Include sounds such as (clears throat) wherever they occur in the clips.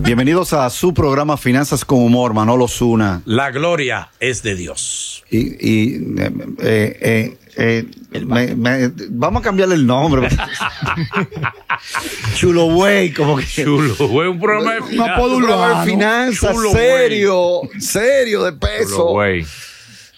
Bienvenidos a su programa Finanzas con Humor, Manolo Zuna. La gloria es de Dios. Y, y, eh, eh, eh, eh, me- me- vamos a cambiarle el (laughs) nombre. Chulo güey, como que. Chulo, güey, un programa de No finanzas. puedo Chulo, hablar de finanzas, Chulo, güey. serio, serio de Chulo, peso. güey.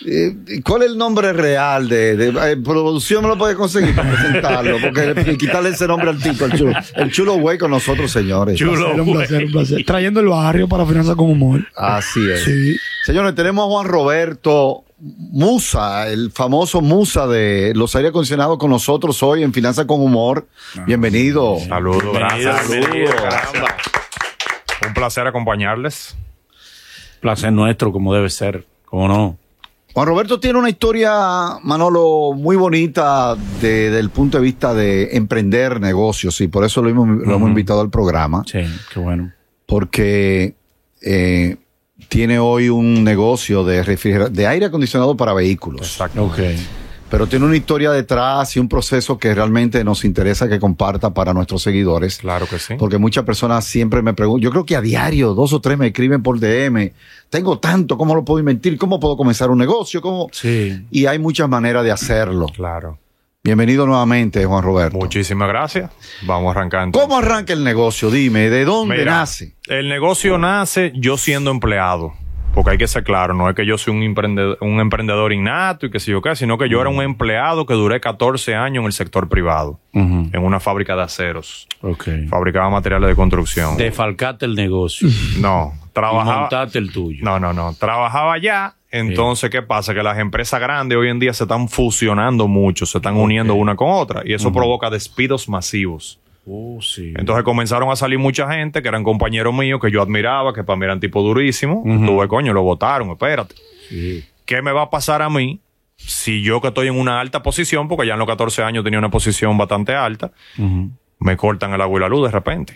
Eh, ¿Cuál es el nombre real de, de- eh, producción? Me lo puede conseguir para presentarlo, porque quitarle ese nombre al tipo, el chulo, el chulo güey con nosotros, señores. Chulo, un güey. placer, un placer. Trayendo el barrio para finanzas con humor. Así es. Sí. Señores, tenemos a Juan Roberto Musa, el famoso Musa de los aire acondicionados con nosotros hoy en Finanza con Humor. Bienvenido. Saludos, Bienvenido, gracias. bienvenido, Gracias. caramba. Un placer acompañarles. placer nuestro, como debe ser, como no. Juan Roberto tiene una historia, Manolo, muy bonita desde el punto de vista de emprender negocios y por eso lo hemos, lo hemos invitado al programa. Sí, qué bueno. porque eh, tiene hoy un negocio de, refrigera- de aire acondicionado para vehículos. Ok. Pero tiene una historia detrás y un proceso que realmente nos interesa que comparta para nuestros seguidores. Claro que sí. Porque muchas personas siempre me preguntan, yo creo que a diario dos o tres me escriben por DM, tengo tanto, ¿cómo lo puedo invertir? ¿Cómo puedo comenzar un negocio? ¿Cómo? Sí. Y hay muchas maneras de hacerlo. Claro. Bienvenido nuevamente, Juan Roberto. Muchísimas gracias. Vamos arrancando. ¿Cómo arranca el negocio? Dime, ¿de dónde Mira, nace? El negocio nace yo siendo empleado. Porque hay que ser claro, no es que yo soy un emprendedor, un emprendedor innato y qué sé yo qué, sino que yo era un Mm. empleado que duré 14 años en el sector privado, Ujú. en una fábrica de aceros. Ok. Fabricaba materiales de construcción. Defalcaste el negocio. y no, (laughs) trabajaba. montaste el tuyo. No, no, no. Trabajaba allá. Entonces, ¿qué pasa? Que las empresas grandes hoy en día se están fusionando mucho, se están uniendo una con otra y eso provoca despidos masivos. Oh, sí. Entonces comenzaron a salir mucha gente que eran compañeros míos que yo admiraba, que para mí eran tipo durísimo. Tuve coño, lo votaron, espérate. Sí. ¿Qué me va a pasar a mí si yo que estoy en una alta posición, porque ya en los 14 años tenía una posición bastante alta, Ujú. me cortan el agua y la luz de repente?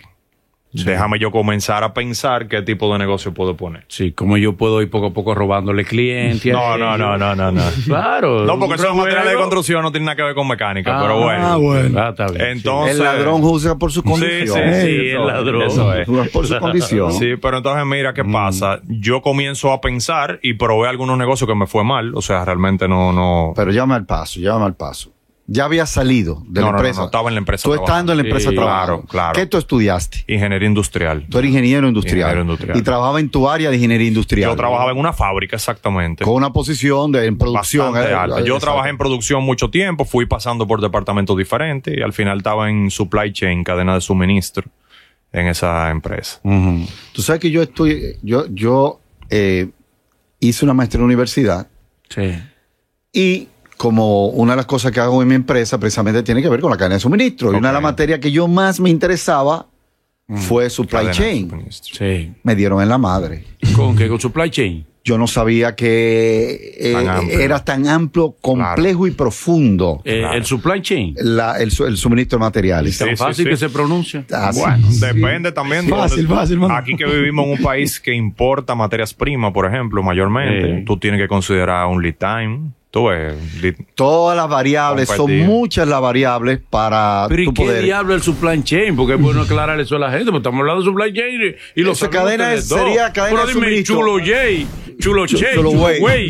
Déjame yo comenzar a pensar qué tipo de negocio puedo poner. Sí, como yo puedo ir poco a poco robándole clientes. No, no, no, no, no, (laughs) no. Claro. No, porque Un eso es materiales de revuelo. construcción, no tiene nada que ver con mecánica, Ah, pero bueno. Ah, bueno. Ah, está bien. Entonces. el ladrón juzga por su Sí, sí, condición. sí, Ey, eso el es, ladrón. eso es. Juzga por su condición. (laughs) Sí, pero entonces mira qué pasa. Mm. Yo comienzo a pensar y probé algunos negocios que me fue mal. O sea, realmente no, no. Pero llámame al paso, llámame al paso. Ya había salido de la No, no, no, empresa. no, estaba en la empresa Tú estando trabajando. en la empresa Sí, trabajando. claro, claro. ¿Qué tú estudiaste? Ingeniería industrial. Tú eres ingeniero industrial. Ingeniero industrial. Y trabajaba en tu área de ingeniería industrial. Yo trabajaba en una fábrica, exactamente. Con una posición de, en producción. Bastante eh, alta. eh, Yo exacto. trabajé en producción mucho tiempo, fui pasando por departamentos diferentes y al final estaba en supply chain, cadena de suministro, en esa empresa. Ujú. Tú sabes que yo estoy. Yo, yo eh, hice una maestría en la universidad Sí. y. Como una de las cosas que hago en mi empresa precisamente tiene que ver con la cadena de suministro. Y una de las Ok. Mm. materias que yo más me interesaba fue supply Cadena de chain. suministro. Sí. Me dieron en la madre. ¿Con qué? ¿Con supply chain? Yo no sabía que eh, Tan amplio. era tan amplio, complejo y profundo Eh, Claro. ¿El supply chain? la- el, su- el suministro de materiales. ¿Tan sí, fácil sí. que se pronuncia? Así. Bueno, depende también. de- Fácil, fácil, mano. Aquí que vivimos en un país que importa materias primas, por ejemplo, mayormente, Eh. Sí. tú tienes que considerar un lead time. Tú ves, lead- Todas las variables, Compartir. son muchas las variables para Pero ¿y tu qué poder. diablo es el supply chain? Porque es bueno aclarar eso a la gente, porque estamos hablando de supply chain y, y los Esa amigos cadena de es- dos. sería cadena Pero de dime, suministro. Chulo Jay, Chulo Che, Chulo Chulo Güey. Güey,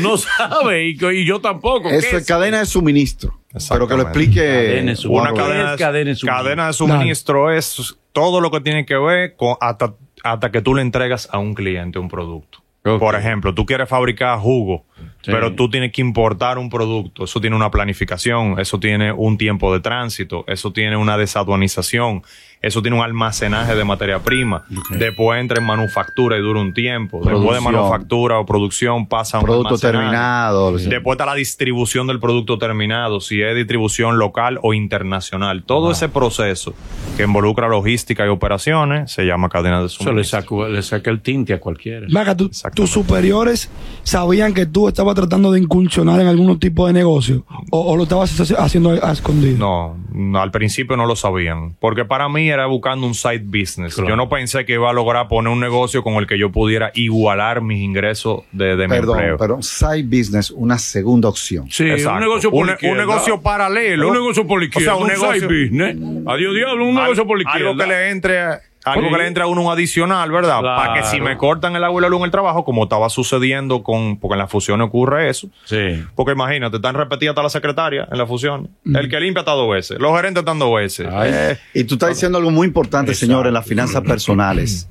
no sabe y, y yo tampoco. ¿Qué Eso es cadena de suministro. Pero que lo Exactamente. explique. Cadena Juan de suministro. una Bueno, Roberto. cadena, es cadena de de suministro. cadena de suministro es todo lo que tiene que ver con hasta, hasta que tú le entregas a un cliente un producto. Ok. Por ejemplo, tú quieres fabricar jugo, Sí. pero tú tienes que importar un producto. Eso tiene una planificación, eso tiene un tiempo de tránsito, eso tiene una desaduanización, eso tiene un almacenaje de materia prima. Después entra en manufactura y dura un tiempo. Después de Producción. manufactura o producción pasa a un Producto almacenaje. terminado. Después está la distribución del producto terminado, si es distribución local o internacional. Todo ese proceso que involucra logística y operaciones se llama cadena de Eso le suministro. saca, le saca el tinte a cualquiera. Vaca, tu- Exactamente. tus superiores sabían que tú estabas tratando de incursionar en algún tipo de negocio o, o lo estabas hace- haciendo a, a escondido. No, no, al principio no lo sabían, porque para mí era buscando un side business. Yo no pensé que iba a lograr poner un negocio con el que yo pudiera igualar mis ingresos de, de mi Perdón, empleo. perdón. Side business, una segunda opción. Sí, Exacto. un negocio por Un- la un izquierda. negocio paralelo. Un negocio por la O izquierda. sea, un un, negocio- side business. Adiós, diablo, un Al- negocio por la izquierda. Algo que le entre a- Algo Sí. que le entra a uno un adicional, ¿verdad? Claro. Para que si me cortan el agua y la luz en el trabajo, como estaba sucediendo con. Porque en la fusión ocurre eso. Sí. Porque imagínate, están repetidas hasta la secretaria en la fusión. Mm. El que limpia está dos veces. Los gerentes están dos veces. Ay. Y tú estás diciendo algo muy importante, señor, en las finanzas personales.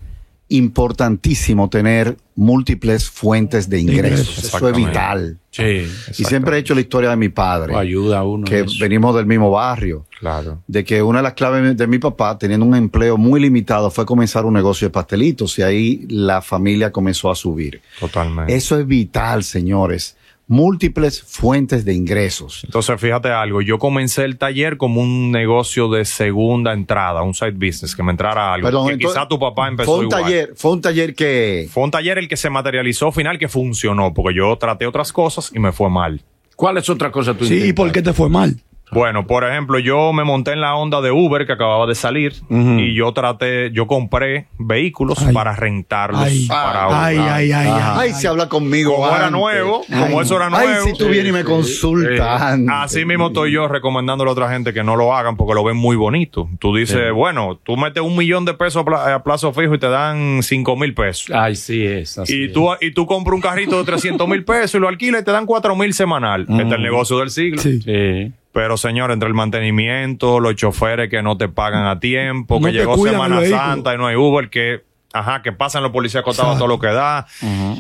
Importantísimo tener múltiples fuentes de ingresos. Eso es exactamente. vital. Sí. Y siempre he hecho la historia de mi padre, O ayuda a uno. que en eso. venimos del mismo barrio, Claro. de que una de las claves de mi papá, teniendo un empleo muy limitado, fue comenzar un negocio de pastelitos y ahí la familia comenzó a subir. Totalmente. Eso es vital, señores. Múltiples fuentes de ingresos. Entonces, fíjate algo, yo comencé el taller como un negocio de segunda entrada, un side business, que me entrara algo. Perdón, que entonces, quizá tu papá empezó fue un igual. taller, fue un taller que Fue un taller el que se materializó final que funcionó, porque yo traté otras cosas y me fue mal. ¿Cuál es otra cosa tú Sí, ¿y por qué te fue mal? Bueno, por ejemplo, yo me monté en la onda de Uber que acababa de salir y yo traté, yo compré vehículos Ay. para rentarlos Ay. para Ay, usar. ay, ay, Ajá. ay. Ay, se habla conmigo. Como era antes. nuevo, como eso era Ay, nuevo. si tú Sí, Eh, vienes y me consultas. antes. Así mismo estoy yo recomendándole a otra gente que no lo hagan porque lo ven muy bonito. Tú dices, bueno, tú metes un millón de pesos a pla- a plazo fijo y te dan cinco mil pesos. Ay, sí es. así Y es. tú, y tú compras un carrito de 300 mil pesos y lo alquilas y te dan 4 mil semanal. Este es el negocio del siglo. Sí. Sí. Pero señor, entre el mantenimiento, los choferes que no te pagan a tiempo, No que te llegó cuidan Semana el vehículo. Santa y no hay Uber, que, ajá, que pasan los policías acotados a todo lo que da,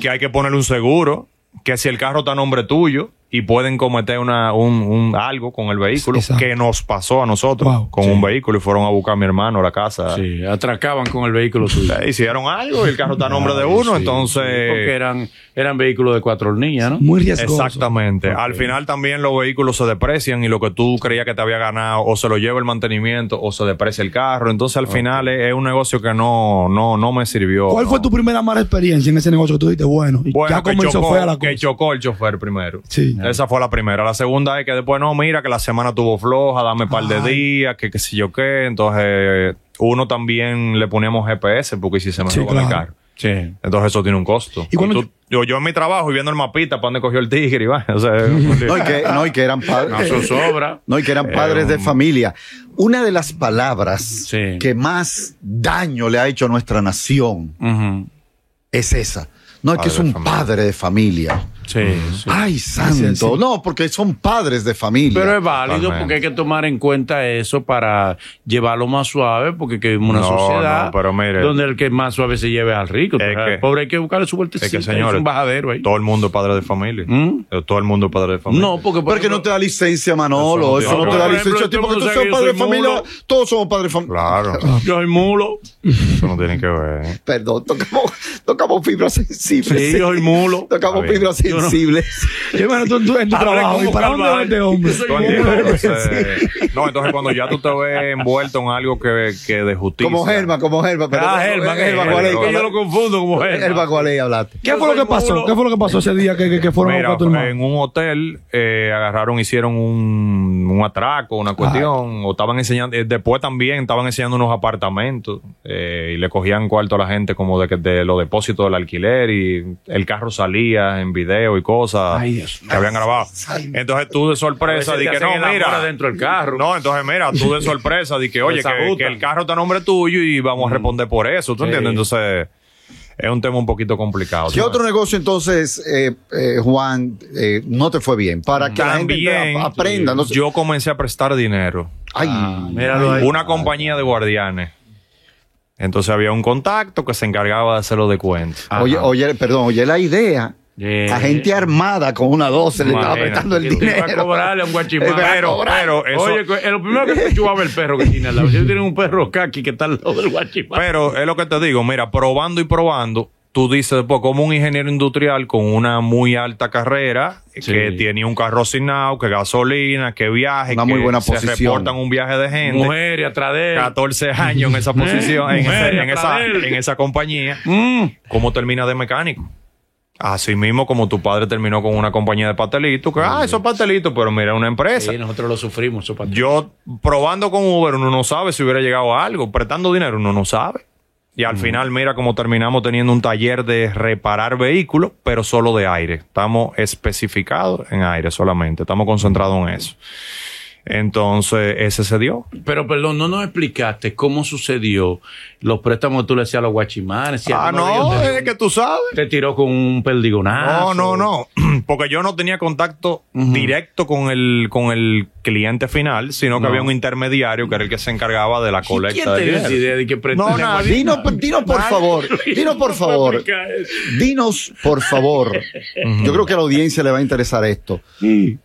que hay que ponerle un seguro, que si el carro está a nombre tuyo y pueden cometer una, un, un- algo con el vehículo, Exacto. que nos pasó a nosotros Wow. con un vehículo y fueron a buscar a mi hermano a la casa. Sí, atracaban con el vehículo suyo. Eh, Hicieron algo y el carro está a nombre de Ay, uno, sí. entonces... Porque eran, eran vehículos de cuatro hornillas, ¿no? Muy riesgoso. Exactamente. Al final también los vehículos se deprecian y lo que tú creías que te había ganado o se lo lleva el mantenimiento o se deprecia el carro. Entonces al final es, es un negocio que no, no, no me sirvió. ¿Cuál ¿no? fue tu primera mala experiencia en ese negocio que tú dijiste, bueno, y Bueno, ya que comenzó chocó, fea la cosa? que chocó el chofer primero. Sí. Esa fue la primera. La segunda es que después, no, mira, que la semana tuvo floja, dame un par de días, que qué sé yo qué. Entonces, uno también le poníamos GPS porque si se me Sí, roban el claro. carro. Sí. Entonces eso tiene un costo. Y cuando- tú- yo, yo en mi trabajo y viendo el mapita para dónde cogió el tigre y va. (laughs) O sea, es un lío. No, y que, no, y que eran Una padres. zozobra. No, y que eran padres de familia. Una de las palabras Sí. que más daño le ha hecho a nuestra nación Ujú. es esa. No, es que Padre es de un familia. padre de familia. Sí, sí. Ay, santo. sí. No, porque son padres de familia. Pero es válido Totalmente. porque hay que tomar en cuenta eso para llevarlo más suave, porque que vivimos en una No, sociedad no, pero mire. donde el que más suave se lleve al rico. Es Pero que- al pobre hay que buscarle su vueltecita. Es que, es señores, un bajadero ahí. todo el mundo es padre de familia. ¿Mm? Eh, Todo el mundo es padre de familia. No, porque, por Porque no te ejemplo, da licencia, Manolo. Eso Eso no no te te da- da Por ejemplo, licencia. todo el Tipo que mundo tú sabe seas que yo padre de soy familia. mulo. Todos somos padres de familia. Claro, yo soy mulo. eso no tiene que ver. (laughs) ¿eh? Perdón, tocamos, tocamos fibras sensibles. Sí, yo soy mulo. Tocamos Está bien. fibras Yo no- sensibles. (laughs) Yo, hermano, tú, tú en tu Habla trabajo, como ¿y para dónde va Carvajal. eh. este hombre? Yo soy ¿Tú entiendes? Entonces, no, entonces cuando ya tú te ves envuelto en algo que, que de justicia. Como Germa, como Germa. Pero Ah, Germán, Germa, Germán, Gualey, es que yo lo confundo como Germa, Germán. Gualey, hablaste. ¿Qué Yo fue lo soy que pasó? mulo. ¿Qué fue lo que pasó ese día que, que- que fueron a Mira, buscar a tu hermano? en un hotel eh, agarraron, hicieron un, un atraco, una cuestión, o estaban enseñando, eh, después también estaban enseñando unos apartamentos eh, y le cogían cuarto a la gente como de, que- de los depósitos del alquiler y el carro salía en video y cosas que habían grabado. Entonces tú de sorpresa, Esa di que no, mira, dentro del carro. No, entonces mira, tú de sorpresa, (laughs) di que oye, que, Desagutan. que el carro está a nombre tuyo y vamos a responder por eso, ¿tú Sí. entiendes? Entonces es un tema un poquito complicado. ¿Qué ¿tú otro negocio entonces, eh, eh, Juan, eh, no te fue bien? Para que la gente También ap- aprenda. No sé. yo comencé a prestar dinero. Ay, Míralo ahí. Una compañía de guardianes. Entonces había un contacto que se encargaba de hacerlo de cuenta. oye, oye, perdón, oye la idea. Ah, Eh. La gente armada con una 12 le estaba Imagínate, apretando el Que tú ibas a dinero. cobrarle a un guachimán. Te iba a Pero, cobrar. pero, eso- Oye, que- eh, lo primero que te chupaba el perro que tiene al lado. Ellos tienen un perro caqui que está al lado del guachimán. pero es lo que te digo, mira, probando y probando, tú dices después, como un ingeniero industrial con una muy alta carrera, eh, Sí. que tiene un carro asignado, que gasolina, que viaje, Una que muy buena se posición. reportan un viaje de gente. Mujeres atrás de él. 14 años en esa posición, en, ese- Mujeres, en esa, Abel. en esa compañía. Mm. ¿Cómo termina de mecánico? Así mismo como tu padre terminó con una compañía de pastelitos, que, ah, esos pastelitos, pero mira, una empresa. Sí, nosotros lo sufrimos, eso para ti. Yo probando con Uber, uno no sabe si hubiera llegado a algo. Prestando dinero, uno no sabe. Y al final, mira cómo terminamos teniendo un taller de reparar vehículos, pero solo de aire. Estamos especificados en aire solamente. Estamos concentrados en eso. Entonces, ese se dio. Pero perdón, no nos explicaste cómo sucedió los préstamos que tú le hacías a los guachimanes. si ah, alguno de ellos no, te- es que tú sabes. te tiró con un perdigonazo. No, no, no. (clears throat) Porque yo no tenía contacto directo con el, con el cliente final, sino que había un intermediario que era el que se encargaba de la ¿Y ¿Quién colecta te del dio esa dinero. idea de que No, préstamos? nadie. Dinos, dinos por favor, dinos por favor, dinos por (laughs) favor. Yo creo que a la audiencia le va a interesar esto.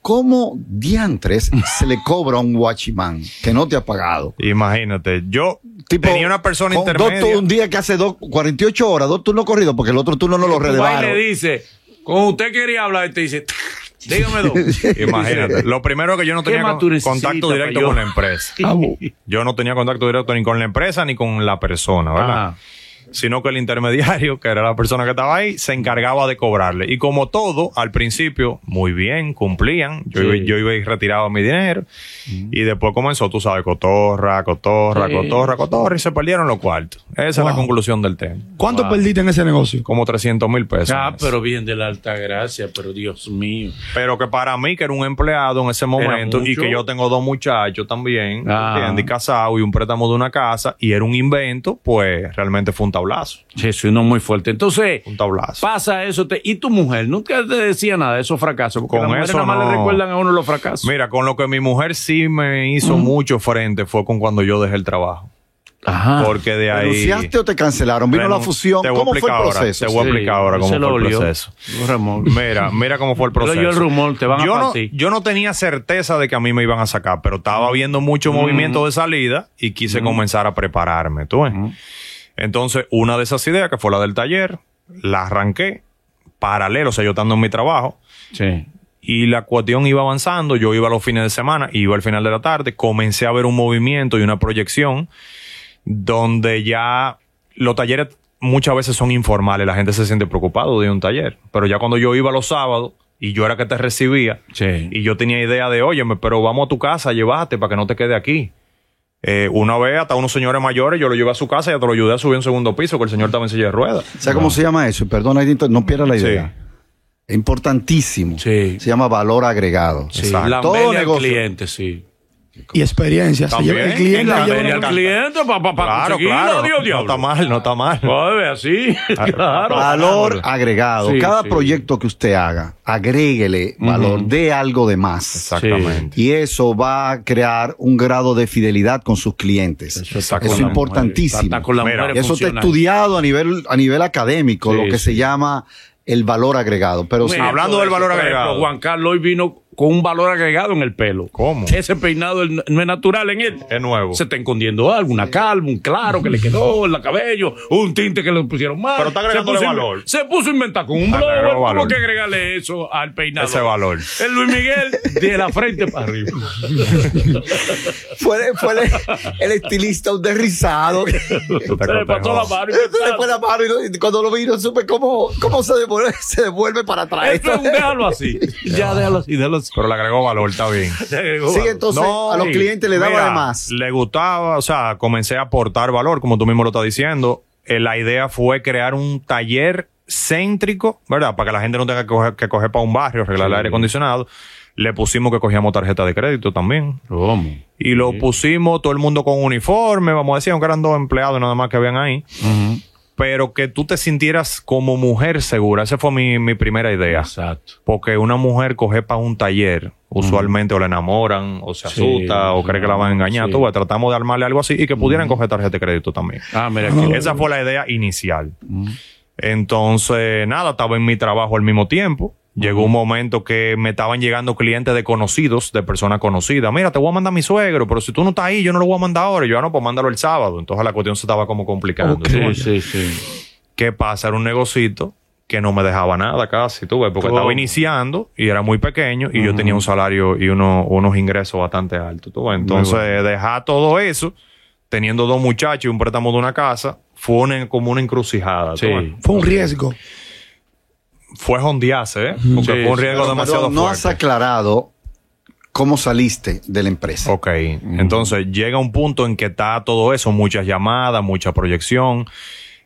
¿Cómo diantres se le cobra a un watchman que no te ha pagado? Imagínate, yo Tipo, tenía una persona con intermedia. Dos tu- un día que hace dos, 48 horas, dos turnos corridos, porque el otro turno no lo Tu padre le relevaron. dice, con usted quería hablar, y te dice, dígame (laughs) dos. Imagínate. Lo primero que yo no ¿Qué tenía más con- tú necesitas contacto pa' directo yo? con la empresa. Ah, bu- Yo no tenía contacto directo ni con la empresa ni con la persona, ¿verdad? Ajá. Sino que el intermediario, que era la persona que estaba ahí, se encargaba de cobrarle. Y como todo, al principio, muy bien, cumplían. Yo, Sí. iba, yo iba y retiraba mi dinero. Mm. Y después comenzó, tú sabes, cotorra, cotorra, Sí. cotorra, cotorra. Y se perdieron los cuartos. Esa es la conclusión del tema. ¿Cuánto perdiste en ese negocio? Como 300 mil pesos. Ah, más. pero bien de la alta gracia, pero Dios mío. Pero que para mí, que era un empleado en ese momento, y mucho. que yo tengo dos muchachos también, Ah. ¿entiendes? Y casado, y un préstamo de una casa, y era un invento, pues realmente fue un tablazo. Eso uno muy fuerte. Entonces, Un tablazo. pasa eso. te- y tu mujer nunca te decía nada de esos fracasos. Porque Con las mujeres eso nada más le no. recuerdan a uno los fracasos. Mira, con lo que mi mujer sí me Mm. hizo mucho frente fue con cuando yo dejé el trabajo. Ajá. Porque de ahí. ¿Renunciaste o te cancelaron? ¿Vino la renun- fusión? te voy a ¿Cómo fue explicar el ahora, proceso? te voy a explicar ahora cómo se lo fue el olió. proceso. Un remol. Mira, mira cómo fue el Pero proceso. yo el rumor, te van a yo no, partir. yo no tenía certeza de que a mí me iban a sacar, pero estaba viendo mucho movimiento de salida y quise comenzar a prepararme, ¿tú ves? Entonces, una de esas ideas, que fue la del taller, la arranqué paralelo, o sea, yo estando en mi trabajo, Sí. y la cuestión iba avanzando, yo iba los fines de semana, iba al final de la tarde, comencé a ver un movimiento y una proyección donde ya los talleres muchas veces son informales, la gente se siente preocupado de un taller, pero ya cuando yo iba los sábados y yo era que te recibía Sí. y yo tenía idea de, óyeme, pero vamos a tu casa, llévate para que no te quede aquí. Eh, una vez hasta unos señores mayores, yo lo llevé a su casa y hasta lo ayudé a subir a un segundo piso, que el señor estaba en silla de ruedas. ¿Sabes cómo se llama eso? Y Perdona, Edito, no pierdas la Sí. idea. Es Importantísimo. Sí. Se llama valor agregado. Sí, Exacto. lamberle Todo al negocio. cliente, sí. Y experiencia. Se También, lleva- el cliente en la la lleva feria una- al cliente para pa, pa claro, conseguirlo, claro. Dios, no diablo. está mal, no está mal. Joder, así, (laughs) claro. Valor agregado. Sí, Cada sí. proyecto que usted haga, agréguele valor, dé algo de más. Exactamente. Y eso va a crear un grado de fidelidad con sus clientes. Eso, está es con la importantísimo. mujer, está con la Mira, mujer eso está funciona. estudiado a nivel, a nivel académico, Sí, lo que sí. se llama el valor agregado. Pero sí, Mira, hablando todo del eso, valor por agregado. Juan Carlos hoy vino con un valor agregado en el pelo. ¿Cómo? Ese peinado él no- no es natural en él. Es nuevo. Se está escondiendo algo, una calva, un claro que le quedó en la cabello, un tinte que le pusieron mal. Pero está agregándole se puso, valor. Se puso a inventar con un Agregó blower. ¿Cómo valor. que agregarle eso al peinado? Ese valor. El Luis Miguel de la frente para arriba. (laughs) fue, fue el, el estilista un (laughs) derrizado. Se le pasó la mano. Entonces, después la mano y cuando lo vino supe cómo, cómo se, devuelve, (laughs) se devuelve para atrás. Esto es un déjalo así. Ya déjalo así, déjalo así. Pero le agregó valor, está bien. Te agregó Sí, valor. entonces a los sí. clientes le daba Mira, de más. Le gustaba, o sea, comencé a aportar valor, como tú mismo lo estás diciendo. Eh, la idea fue crear un taller céntrico, ¿verdad? Para que la gente no tenga que coger, que coger para un barrio, arreglar el aire acondicionado. Le pusimos que cogíamos tarjeta de crédito también. ¿Cómo? Y lo pusimos todo el mundo con uniforme, vamos a decir, aunque eran dos empleados nada más que habían ahí. Pero que tú te sintieras como mujer segura. Esa fue mi, mi primera idea. Exacto. Porque una mujer coge para un taller, usualmente o la enamoran, o se Sí, asusta, o cree que la van a engañar. sí. Tú, ves, tratamos de armarle algo así y que pudieran coger tarjeta de crédito también. Ah, mira, No, aquí. Esa fue la idea inicial. Entonces, nada, estaba en mi trabajo al mismo tiempo. Llegó un momento que me estaban llegando clientes de conocidos, de personas conocidas. Mira, te voy a mandar a mi suegro, pero si tú no estás ahí, yo no lo voy a mandar ahora. Y Yo, "Ah, no, pues mándalo el sábado. Entonces la cuestión se estaba como complicando. Ok. ¿tú ves? Sí, sí, sí. ¿Qué pasa? Era un negocito que no me dejaba nada casi, tú ves, porque Oh. estaba iniciando y era muy pequeño y yo tenía un salario y uno- unos ingresos bastante altos, tú ves. Entonces, dejar todo eso, teniendo dos muchachos y un préstamo de una casa, fue una- como una encrucijada, tú Sí. ves. Fue un riesgo. Fue jondearse, ¿eh? Porque Sí, fue un (laughs) sí. riesgo Pero demasiado no fuerte. has aclarado cómo saliste de la empresa. Ok, entonces llega un punto en que está todo eso, muchas llamadas, mucha proyección.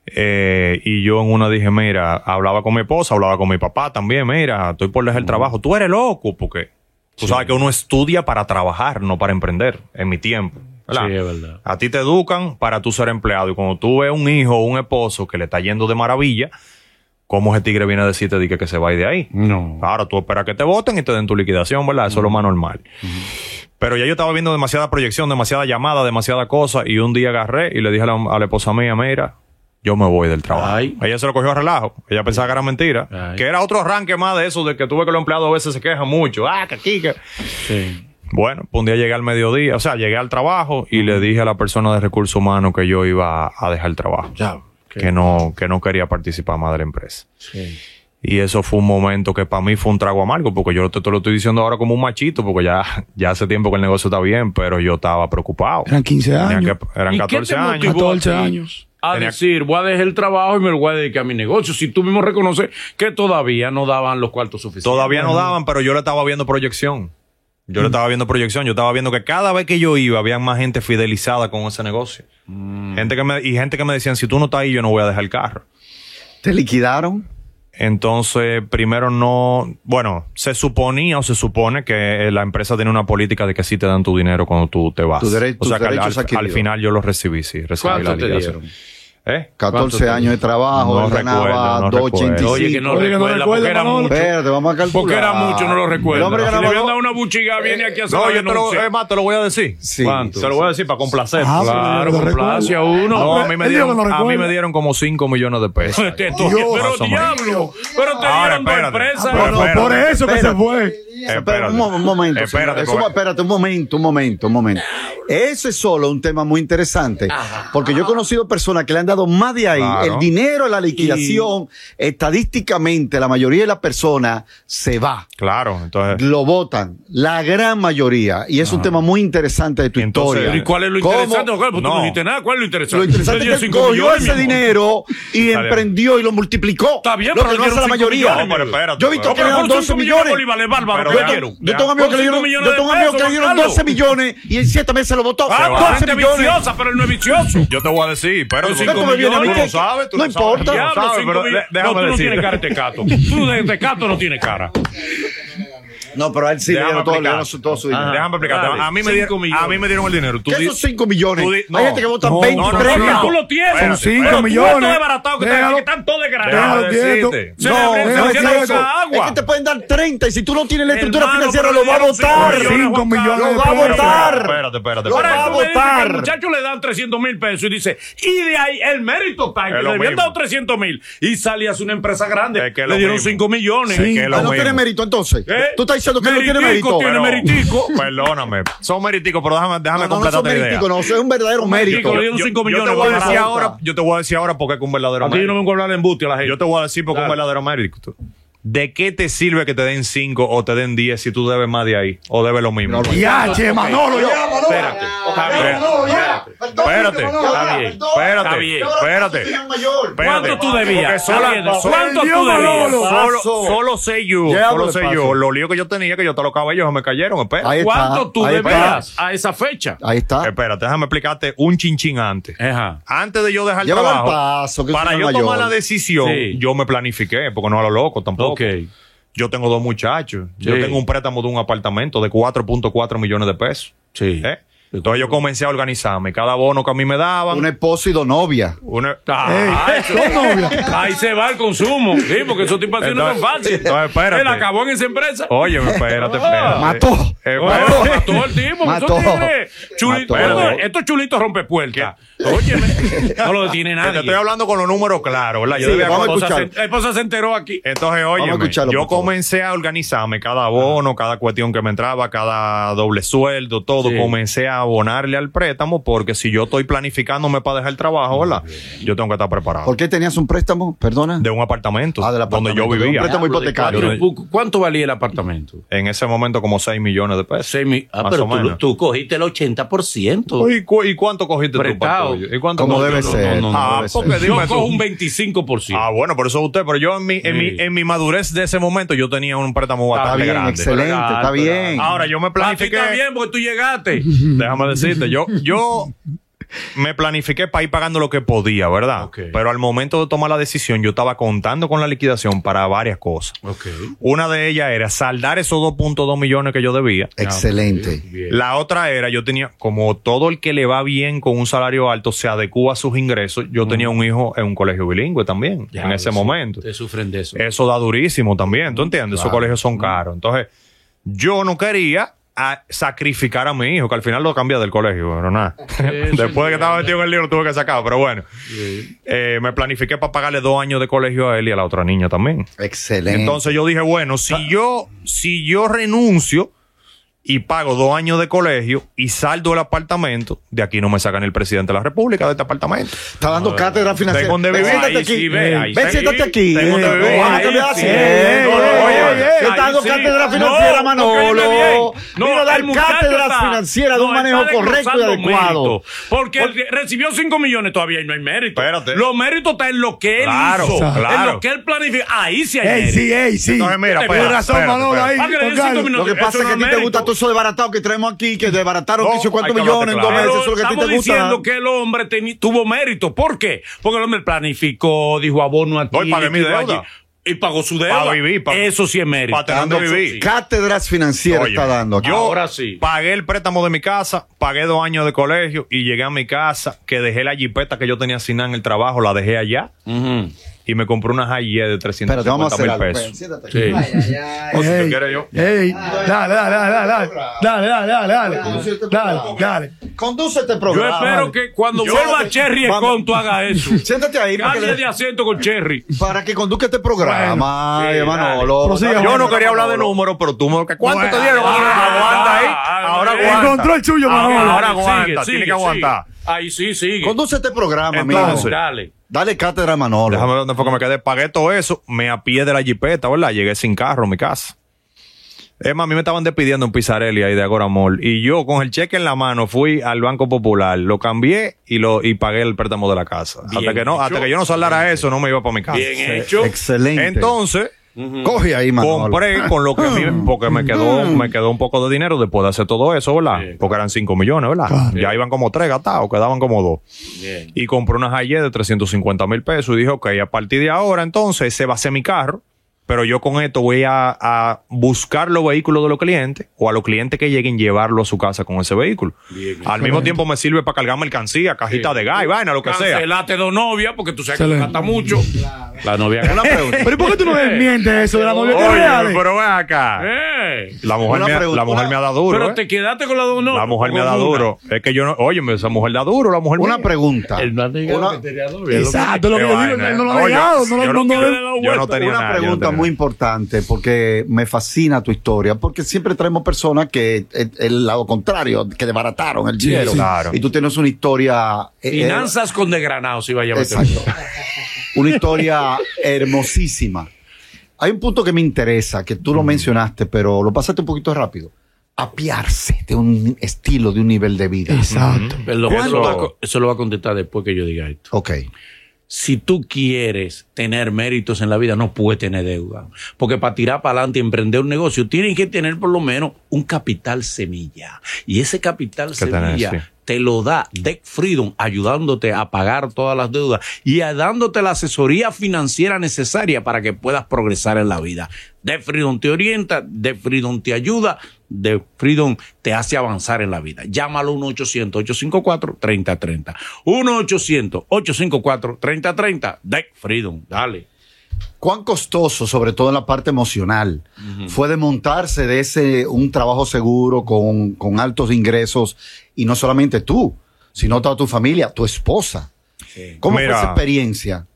eh, y yo en una dije, mira, hablaba con mi esposa, hablaba con mi papá también, mira, estoy por dejar el trabajo, tú eres loco, porque Tú sabes que uno estudia para trabajar, no para emprender, en mi tiempo. ¿verdad? Sí, es verdad. A ti te educan para tú ser empleado. Y cuando tú ves un hijo o un esposo que le está yendo de maravilla, ¿cómo ese tigre viene a decirte di que, que se vaya de ahí? No. Claro, tú esperas que te voten y te den tu liquidación, ¿verdad? Eso es lo más normal. Pero ya yo estaba viendo demasiada proyección, demasiada llamada, demasiada cosa. Y un día agarré y le dije a la, a la esposa mía, mira, yo me voy del trabajo. Ay. Ella se lo cogió a relajo. Ella pensaba que era mentira. Ay. Que era otro arranque más de eso, de que tuve que los empleados a veces se quejan mucho. Ah, que aquí, que... Sí. Bueno, pues un día llegué al mediodía, o sea, llegué al trabajo y le dije a la persona de recursos humanos que yo iba a- a dejar el trabajo. Ya. Que no, que no quería participar más de la empresa. Sí. Y eso fue un momento que para mí fue un trago amargo, porque yo te, te lo estoy diciendo ahora como un machito, porque ya, ya hace tiempo que el negocio está bien, pero yo estaba preocupado. Eran 15 Tenía años. que- eran ¿Y qué te 14 años. motivó 14 a ti años. A Tenía- decir, voy a dejar el trabajo y me lo voy a dedicar a mi negocio. Si tú mismo reconoces que todavía no daban los cuartos suficientes. Todavía no daban, pero yo le estaba viendo proyección. Yo Mm. le estaba viendo proyección. Yo estaba viendo que cada vez que yo iba, había más gente fidelizada con ese negocio. Mm. Gente que me, y gente que me decían, si tú no estás ahí, yo no voy a dejar el carro. ¿Te liquidaron? Entonces, primero no, bueno, se suponía o se supone que eh, la empresa tiene una política de que sí te dan tu dinero cuando tú te vas. Tu dere- o tus sea, que al, derechos al- adquiridos. al final yo los recibí, sí, recibí la ¿Cuánto te liquidación. dieron? ¿Eh? 14 años de trabajo, No él ganaba recuerdo, no 2.85. recuerdo. Oye, que no Oye, que no recuerda, porque recuerda, era Manolo. mucho. Espérate, vamos a calcular. Porque era mucho, no lo El recuerdo. hombre Si le ganaba habían dado dos- una buchiga, viene aquí a hacer Eh, No, la yo te lo, denuncia. es más, te lo voy a decir. Sí. ¿Cuánto? Se lo voy a decir para complacer. Ah, Claro, Lo complace a recuerdo. uno. No, pero a mí, me él dijo que dieron, no a mí recuerda. me dieron como 5 millones de pesos. (laughs) Te- te- pero Más o menos. diablo, pero te Ahora, dieron dos espérate. empresas. Pero Bueno, espérate. por eso que se Espérate. fue. Espera, Espérate. un, mo- un momento. Espérate, señor. Eso porque- va- espérate, un momento, un momento, un momento. Ese es solo un tema muy interesante, porque yo he conocido personas que le han dado más de ahí. Claro. El dinero, la liquidación, estadísticamente la mayoría de las personas se va. Claro, entonces. Lo votan, la gran mayoría. Y es un tema muy interesante de tu Y entonces, historia. ¿y ¿Cuál es lo ¿Cómo? interesante? Oscar? Pues tú No. no dijiste nada. ¿Cuál es lo interesante? Lo interesante Te es que dieron cinco cogió millones, ese mi amor. dinero y Está bien. emprendió y lo multiplicó. Está bien, lo pero que le no hace la dieron cinco mayoría. millones, No, pero espérate. Yo he visto Pero que le Pero dieron por 12 cinco millones de millones. bolívares, bárbaro. Pero te Yo, ya. tengo- dieron. yo tengo amigos que le Con dieron, cinco millones yo de tengo amigos que pesos, le dieron Gonzalo. 12 millones y en 7 meses lo votó. Ah, va. la 12 gente millones. viciosa, pero él no es vicioso. Yo te voy a decir, pero Pero tú cinco no millones, a mí tú que- lo sabes, tú no lo sabes, importa. tú lo Diablo, sabes, cinco pero millones. de- déjame No, tú no decirte. tienes cara de tecato. Tú de tecato no tienes cara. No, pero a él sí le Déjame dieron todo, le explicar. dieron su- todo su dinero. Ajá. Déjame explicarte. Dale, A mí, me cinco dieron, millones. a mí me dieron el dinero. Tú ¿Qué di- son 5 millones? tú di- no. Hay gente que vota No, 20 no, no, premios. Porque no. tú lo tienes. Son cinco Pero Tú millones. estás desbaratado, que, Déjalo. te, que están todos Déjalo. desgraciados. Déjalo de quieto. decirte. Se No, le déjalo se le quieto. esa agua. Es que te pueden dar 30 y si tú no tienes la estructura Hermano, financiera pero lo va a le dieron votar. cinco Sí. Cinco millones Lo de va a pesos. votar. Espérate, espérate. Lo espérate. va a Ahora tú me dices que votar. al muchacho le dan 300 mil pesos y dice, y de ahí el mérito está en Es que lo le habían mismo. dado 300 mil y salías una empresa grande. Es que es le lo dieron mismo. 5 millones. Es que es Ah, lo no mismo. tiene mérito entonces. ¿Eh? Tú estás diciendo que él no tiene mérito. Meritico, tiene Pero- méritico. (laughs) Perdóname. Son meriticos, pero déjame, déjame No, no, no completar son tu idea. mériticos, no, eso es un verdadero mérito. Méritico, le dieron Yo- 5 yo millones. te voy a decir barata. ahora, yo te voy a decir ahora porque es un verdadero Aquí yo no mérito. vengo a hablar embuste a la gente. Yo te voy a decir porque es un verdadero mérito. ¿De qué te sirve que te den 5 o te den 10 si tú debes más de ahí? ¿O debes lo mismo? Ya, che, Manolo, ya. Espérate. Espérate, Está bien. Está espérate, bien. espérate. espérate. ¿Cuánto tú debías? Porque solo- Está bien, solo- ¿Cuánto tú Dios, debías? Manolo. Solo, Paso. solo sé yo, Ya solo hablo sé de paso. yo. Lo lío que yo tenía, que yo hasta los cabellos se me cayeron. Espérate, Ahí está, ¿Cuánto tú ahí está. debías a esa fecha? Ahí está. espérate déjame explicarte un chinchín antes. Ajá. Antes de yo dejar el Llévalo al trabajo, paso, que es para una yo mayor. tomar la decisión, Sí. yo me planifiqué, porque no a lo loco tampoco. Ok. Yo tengo dos muchachos, yo Sí. tengo un préstamo de un apartamento de 4.4 millones de pesos. Sí. ¿eh? Entonces yo comencé a organizarme. Cada bono que a mí me daban, Un esposo y dos novias. una- Ah, eso- (laughs) Ahí se va el consumo. Sí, porque esos tipos así no son Entonces- fáciles. Entonces, espérate. Él acabó en esa empresa. (laughs) Oye, espérate, espérate. Mató. Eh, Bueno, espérate. mató el tipo. Mató. Esos tigres, chuli- Mató. Perdón, estos chulitos rompe puertas. Óyeme, no lo (laughs) detiene Que Este Te nadie. estoy hablando con los números claros, ¿verdad? Yo Sí, debía vamos a con- esposa escuchar. se- la esposa se enteró aquí. Entonces, oye, escucharlo, yo por favor. comencé a organizarme cada abono, cada cuestión que me entraba, cada doble sueldo, todo. Sí. Comencé a abonarle al préstamo porque si yo estoy planificándome para dejar el trabajo, ¿verdad? Yo tengo que estar preparado. ¿Por qué tenías un préstamo? Perdona. De un apartamento, Ah, del donde apartamento, yo de un vivía. préstamo hipotecario. Yo no- Cuatro- ¿Cuánto valía el apartamento? en ese momento como 6 millones de pesos. Seis mil- Ah, Más pero o tú, menos. tú cogiste el 80%. ¿Y, cu- y cuánto cogiste tú para Prestado. pues, el tuyo? ¿Y cuánto Como cogiste debe tú? ser. no, como no, Ah, debe ser. porque Yo dime tú. cojo un 25%. Ah, bueno, por eso usted, pero yo en mi, en, Sí. mi, en mi madurez de ese momento yo tenía un préstamo Está bastante bien, grande. excelente, Pero está gato, bien. Ah, Ahora yo me Para ti planifiqué, (laughs) está bien porque tú llegaste. déjame decirte, yo, yo me planifiqué para ir pagando lo que podía, ¿verdad? Ok. Pero al momento de tomar la decisión, yo estaba contando con la liquidación para varias cosas. (laughs) Ok. Una de ellas era saldar esos 2.2 millones que yo debía. Excelente. Bien. La otra era, yo tenía, como todo el que le va bien con un salario alto se adecua a sus ingresos, yo tenía un hijo en un colegio bilingüe también, Ya, en ese sí, momento. Te sufren de eso. Eso da durísimo también, ¿tú entiendes? Esos colegios Mm. son caros. Entonces, yo no quería a- sacrificar a mi hijo, que al final lo cambié del colegio, pero (laughs) nada. eso Después de que entiendo. estaba metido en el lío, lo tuve que sacar, pero bueno. Sí. Eh, me planifiqué para pagarle dos años de colegio a él y a la otra niña también. Excelente. Entonces yo dije, bueno, Ah. si yo, si yo renuncio y pago dos años de colegio y saldo el apartamento, de aquí no me sacan el presidente de la República de este apartamento. Está dando cátedra financiera. ah, Tengo donde Ven, vivir. siéntate Ahí aquí. sí, ve, ahí Ven, sí. siéntate aquí. Tengo donde Eh, vivir. no, Ahí no te veas sí. así. Eh, No, no, eh, oye, eh, oye, Yo ahí está dando sí. cátedra No, financiera, porque viene Manolo. bien. No, Mira, el dar muchacho cátedras está- financieras de un no, manejo está correcto y desglosando adecuado. mérito, porque él recibió 5 millones todavía y no hay mérito. Espérate. Los méritos están en lo que él Claro, hizo. En claro. lo que él planificó. Ahí sí hay Ey, mérito. sí, ey, sí. Entonces, mira, Tienes espera, razón, espera, Manolo, espera. ahí. Ah, que le den Juan Carlos. cinco Lo Lo que Eso pasa es que no a es ti te mérito. gusta todo eso desbaratado que traemos aquí, que desbarataron No, que hizo cuántos hay que hablar millones en dos claro. meses. Eso Pero es lo que a ti estamos te gusta. diciendo que el hombre teni- tuvo mérito. ¿Por qué? Porque el hombre planificó, dijo abono aquí. No, y pagué mi liquidó deuda. allí, Y pagó su deuda. Pa' vivir, pa- Eso sí es mérito. pa' tener donde Eso vivir. sí. Cátedras financieras Oye, está dando aquí. Yo Ahora sí. pagué el préstamo de mi casa, pagué dos años de colegio y llegué a mi casa, que dejé la jipeta que yo tenía asignada en el trabajo, la dejé allá Ujú. y me compré una Jaguar de 350 Espérate, vamos a hacer mil algo. Ven, pesos. siéntate aquí. Sí. (laughs) O si Ey, tú quieres yo. ey, dale, dale, dale, dale, dale, dale, dale, dale, dale, dale, dale. Conduce este Yo programa. espero que cuando Yo- vuelva Cherry Vamos. Escon tú (laughs) hagas eso. Siéntate ahí para que, Cambia le- de asiento con Cherry. para que conduzca este programa. Bueno, Ay, sí, Manolo. Prosiga, Dale, Yo no Manolo, quería hablar de Manolo. números, pero tú me... ¿Cuánto Bueno, te dieron? ah, aguanta ahí. ah, Ahora eh, aguanta. encontró el suyo, Ahora, Manolo. Ahora Sigue, aguanta. sigue, Tiene que aguantar. sigue. Ahí sí, sigue. Conduce este programa, Entonces, amigo. Dale. Dale cátedra a Manolo. Déjame ver dónde fue que me quedé. Pagué todo eso, me apié de la jipeta, ¿verdad? Llegué sin carro a mi casa. Es más, a mí me estaban despidiendo en Pizarelli ahí de Agora Mall. Y yo con el cheque en la mano fui al Banco Popular, lo cambié y lo y pagué el préstamo de la casa. Bien hasta que no, hasta hecho. que yo no saldara eso, no me iba para mi casa. Bien Ah, Sí. hecho. Excelente. Entonces, Coge ahí, Manolo. compré con lo que a mí- (laughs) porque me quedó, me quedó un poco de dinero después de hacer todo eso, ¿verdad? Bien. Porque eran 5 millones, ¿verdad? Ya iban como 3 gastados, quedaban como 2 Bien. y compré una Jaguar de 350 mil pesos y dije, ok, a partir de ahora entonces ese va a ser mi carro, pero yo con esto voy a, a buscar los vehículos de los clientes o a los clientes que lleguen llevarlo a su casa con ese vehículo. Al mismo tiempo me sirve para cargar mercancía, cajita de gas, y vaina, lo que sea. Cancelaste dos novias porque tú sabes que te Excelente. gasta mucho. La novia gana. Pero ¿y por qué tú no desmientes eso de la novia que Oye, reales? pero ven acá. (laughs) Eh, La mujer, Una me, ha- pregunta. la mujer me ha dado duro. Pero ¿eh? te quedaste con la dos novias. La mujer me ha dado duro. Es que yo no. Oye, esa mujer da duro, la mujer (laughs) Una mía. pregunta. Una, Exacto, lo que Qué yo digo, vaina, él no lo ¿eh? ha negado, no lo Oye, yo no- no- no- no- yo no tenía una nada, yo no pregunta tenía muy nada. importante porque me fascina tu historia, porque siempre traemos personas que eh, el lado contrario, que desbarataron el dinero. sí. Claro. Y tú tienes una historia... eh, eh, Finanzas con desgranado se iba a llamar. Exacto. Una historia hermosísima. Hay un punto que me interesa, que tú lo mencionaste, pero lo pasaste un poquito rápido. Apiarse de un estilo, de un nivel de vida. Exacto. Perdón, eso, ¿Cuánto? lo va a co- eso lo va a contestar después que yo diga esto. Ok. Si tú quieres tener méritos en la vida, no puedes tener deuda. Porque para tirar para adelante y emprender un negocio, tienen que tener por lo menos un capital semilla. Y ese capital Que tener, semilla sí. te lo da Deck Freedom, ayudándote a pagar todas las deudas y a dándote la asesoría financiera necesaria para que puedas progresar en la vida. Deck Freedom te orienta, Deck Freedom te ayuda, Deck Freedom te hace avanzar en la vida. Llámalo 1-800-854-3030. 1-800-854-3030. Deck Freedom, dale. ¿Cuán costoso, sobre todo en la parte emocional, fue desmontarse de ese un trabajo seguro con, con altos ingresos y no solamente tú, sino toda tu familia, tu esposa? ¿Cómo fue Mira. esa experiencia?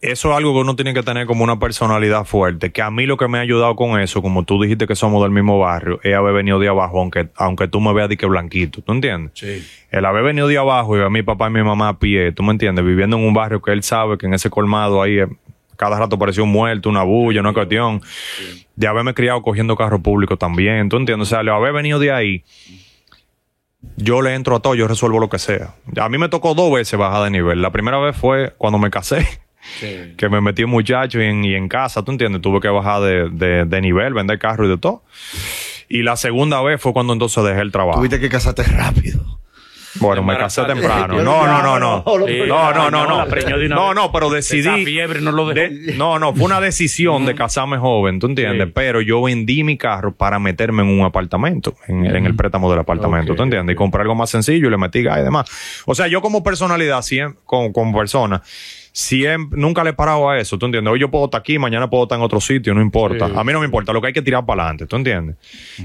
eso es algo que uno tiene que tener como una personalidad fuerte. Que a mí lo que me ha ayudado con eso, como tú dijiste que somos del mismo barrio, es haber venido de abajo, aunque, aunque tú me veas de que blanquito, ¿tú entiendes? Sí. El haber venido de abajo y ver a mi papá y mi mamá a pie, ¿tú me entiendes? Viviendo en un barrio que él sabe que en ese colmado ahí eh, cada rato parecía un muerto, una bulla, una cuestión. De haberme criado cogiendo carro público también, ¿tú entiendes? O sea, el haber venido de ahí, yo le entro a todo, yo resuelvo lo que sea. A mí me tocó dos veces bajar de nivel. La primera vez fue cuando me casé que me metí en muchacho y en, y en casa, ¿tú entiendes? Tuve que bajar de, de- de nivel, vender carro y de todo. Y la segunda vez fue cuando entonces dejé el trabajo. Tuviste que casarte rápido. Bueno, me casé Embarazarte. (laughs) temprano. No, no, no, no. No, lo Sí, No, no, no, la preñó de no. una No, vez. no, pero Esa decidí. fiebre no lo dejó. de- no, no, fue una decisión de casarme joven, ¿tú entiendes? Sí. Pero yo vendí mi carro para meterme en un apartamento, en, en el préstamo del apartamento, ¿tú entiendes? Y compré algo más sencillo y le metí gas y demás. O sea, yo como personalidad, siempre, como, como persona, siempre, nunca le he parado a eso, ¿tú entiendes? Hoy yo puedo estar aquí, mañana puedo estar en otro sitio, no importa. A mí no me importa, lo que hay que tirar para adelante, ¿tú entiendes?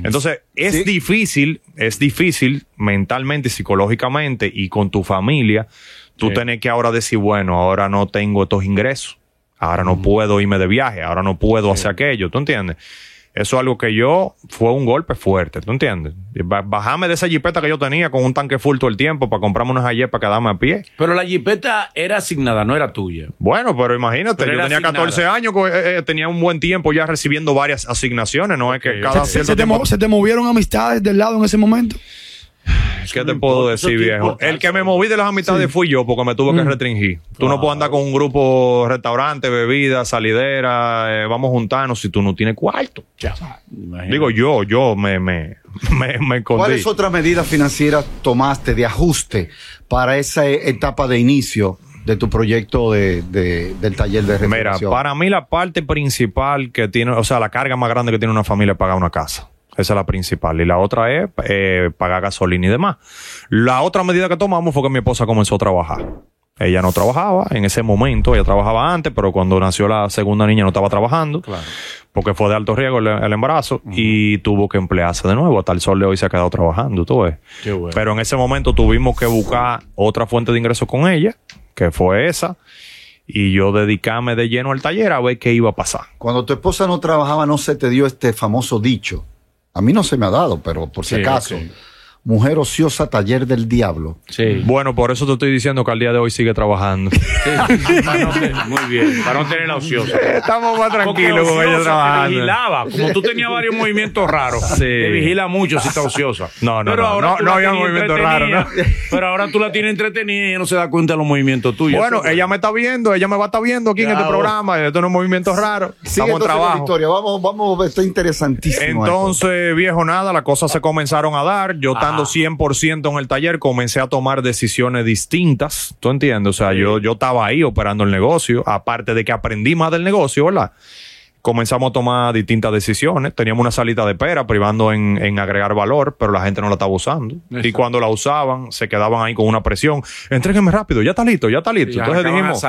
Entonces, es difícil, es difícil mentalmente, psicológicamente y con tu familia, tú tienes que ahora decir, bueno, ahora no tengo estos ingresos. Ahora no puedo irme de viaje, ahora no puedo hacer aquello, ¿tú entiendes? Eso es algo que yo fue un golpe fuerte, ¿tú entiendes? Ba- Bajarme de esa jipeta que yo tenía con un tanque full todo el tiempo para comprarme unas ayer para quedarme a pie. Pero la jipeta era asignada, no era tuya. Bueno, pero imagínate, Pero yo era tenía 14 años, co- eh, eh, tenía un buen tiempo ya recibiendo varias asignaciones, no es que cada ¿Se, cierto se te tiempo- mo- se te movieron amistades del lado en ese momento? ¿Qué te puedo importa, eso decir, no viejo? importa. El que me moví de las amistades fui yo porque me Mm. tuve que restringir. Tú no puedes andar con un grupo restaurante, bebida, salidera, eh, vamos a juntarnos si tú no tienes cuarto. Imagínate. Digo yo, yo me, me, (laughs) me, me escondí. ¿Cuáles otras medidas financieras tomaste de ajuste para esa e- etapa de inicio de tu proyecto de, de- del taller de Mira, restauración? para mí la parte principal que tiene, o sea, la carga más grande que tiene una familia es pagar una casa. Esa es la principal. Y la otra es eh, pagar gasolina y demás. La otra medida que tomamos fue que mi esposa comenzó a trabajar. Ella no trabajaba en ese momento, ella trabajaba antes, pero cuando nació la segunda niña no estaba trabajando, porque fue de alto riesgo el, el embarazo y tuvo que emplearse de nuevo. Hasta el sol de hoy se ha quedado trabajando, tú ves. Qué bueno. Pero en ese momento tuvimos que buscar otra fuente de ingresos con ella, que fue esa, y yo dedicarme de lleno al taller a ver qué iba a pasar. Cuando tu esposa no trabajaba, no se te dio este famoso dicho. A mí no se me ha dado, pero por si Sí, acaso. ok. Mujer ociosa, taller del diablo. Sí. Bueno, por eso te estoy diciendo que al día de hoy sigue trabajando. Para no tener- (laughs) muy bien, para no tener la ociosa. (laughs) Estamos más Porque tranquilos con ociosa ella te trabajando. vigilaba. Como tú tenías (laughs) varios movimientos raros, Sí. te vigila mucho si está ociosa. No, no, Pero no, ahora no, tú no la había tenías movimiento raro, ¿no? entretenida, (laughs) Pero ahora tú la tienes entretenida y ella no se da cuenta de los movimientos tuyos. Bueno, ella me está viendo, ella me va a estar viendo aquí en Ya, este vos. programa. Esto no es movimiento raro. Sigue Estamos en entonces con la trabajo. historia. Vamos, vamos, a ver, está interesantísimo. esto. Entonces, viejo, nada, las cosas se comenzaron a dar. Yo estando 100% en el taller, comencé a tomar decisiones distintas. ¿Tú entiendes? O sea, yo, yo estaba ahí operando el negocio, aparte de que aprendí más del negocio, ¿verdad? Comenzamos a tomar distintas decisiones. Teníamos una salita de pera privando en, en agregar valor, pero la gente no la estaba usando. Y cuando la usaban, se quedaban ahí con una presión. Entrégueme rápido, ya está listo, ya está listo. Entonces dijimos,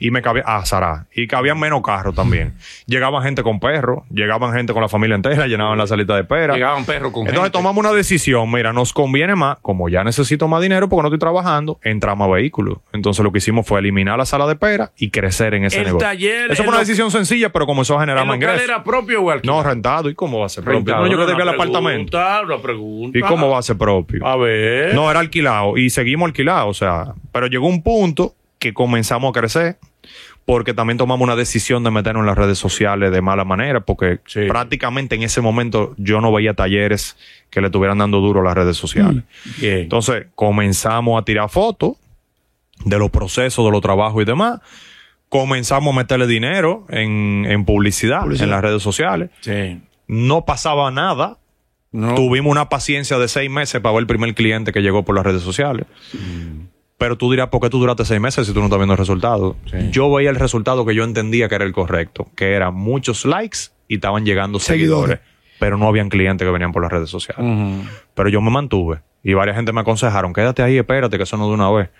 y me cabía a Sará. Y cabían menos carros (laughs) también. llegaban gente con perros, llegaban gente con la familia entera, llenaban la salita de pera. Llegaban perros con Entonces gente. tomamos una decisión, mira, nos conviene más, como ya necesito más dinero porque no estoy trabajando, entramos a vehículos. Entonces lo que hicimos fue eliminar la sala de pera y crecer en ese El negocio. taller, Eso el fue una lo- decisión sencilla, pero comenzó a generar ¿El más local ingresos. era propio o alquilado? No, rentado. ¿Y cómo va a ser propio? Rentado. No, yo Pero que debía el la apartamento. pregunta, la pregunta. ¿Y cómo va a ser propio? A ver. No, era alquilado y seguimos alquilados, o sea, pero llegó un punto que comenzamos a crecer porque también tomamos una decisión de meternos en las redes sociales de mala manera porque Sí. prácticamente en ese momento yo no veía talleres que le estuvieran dando duro a las redes sociales. Mm. Bien. Entonces comenzamos a tirar fotos de los procesos, de los trabajos y demás. Comenzamos a meterle dinero en, en publicidad, en las redes sociales. Sí. No pasaba nada. No. Tuvimos una paciencia de seis meses para ver el primer cliente que llegó por las redes sociales. Pero tú dirás, ¿por qué tú duraste seis meses si tú no estás viendo el resultado? Yo veía el resultado que yo entendía que era el correcto, que eran muchos likes y estaban llegando seguidores, Seguidores. pero no habían clientes que venían por las redes sociales. Ujú. Pero yo me mantuve y varias gente me aconsejaron, quédate ahí, espérate, que eso no de una vez.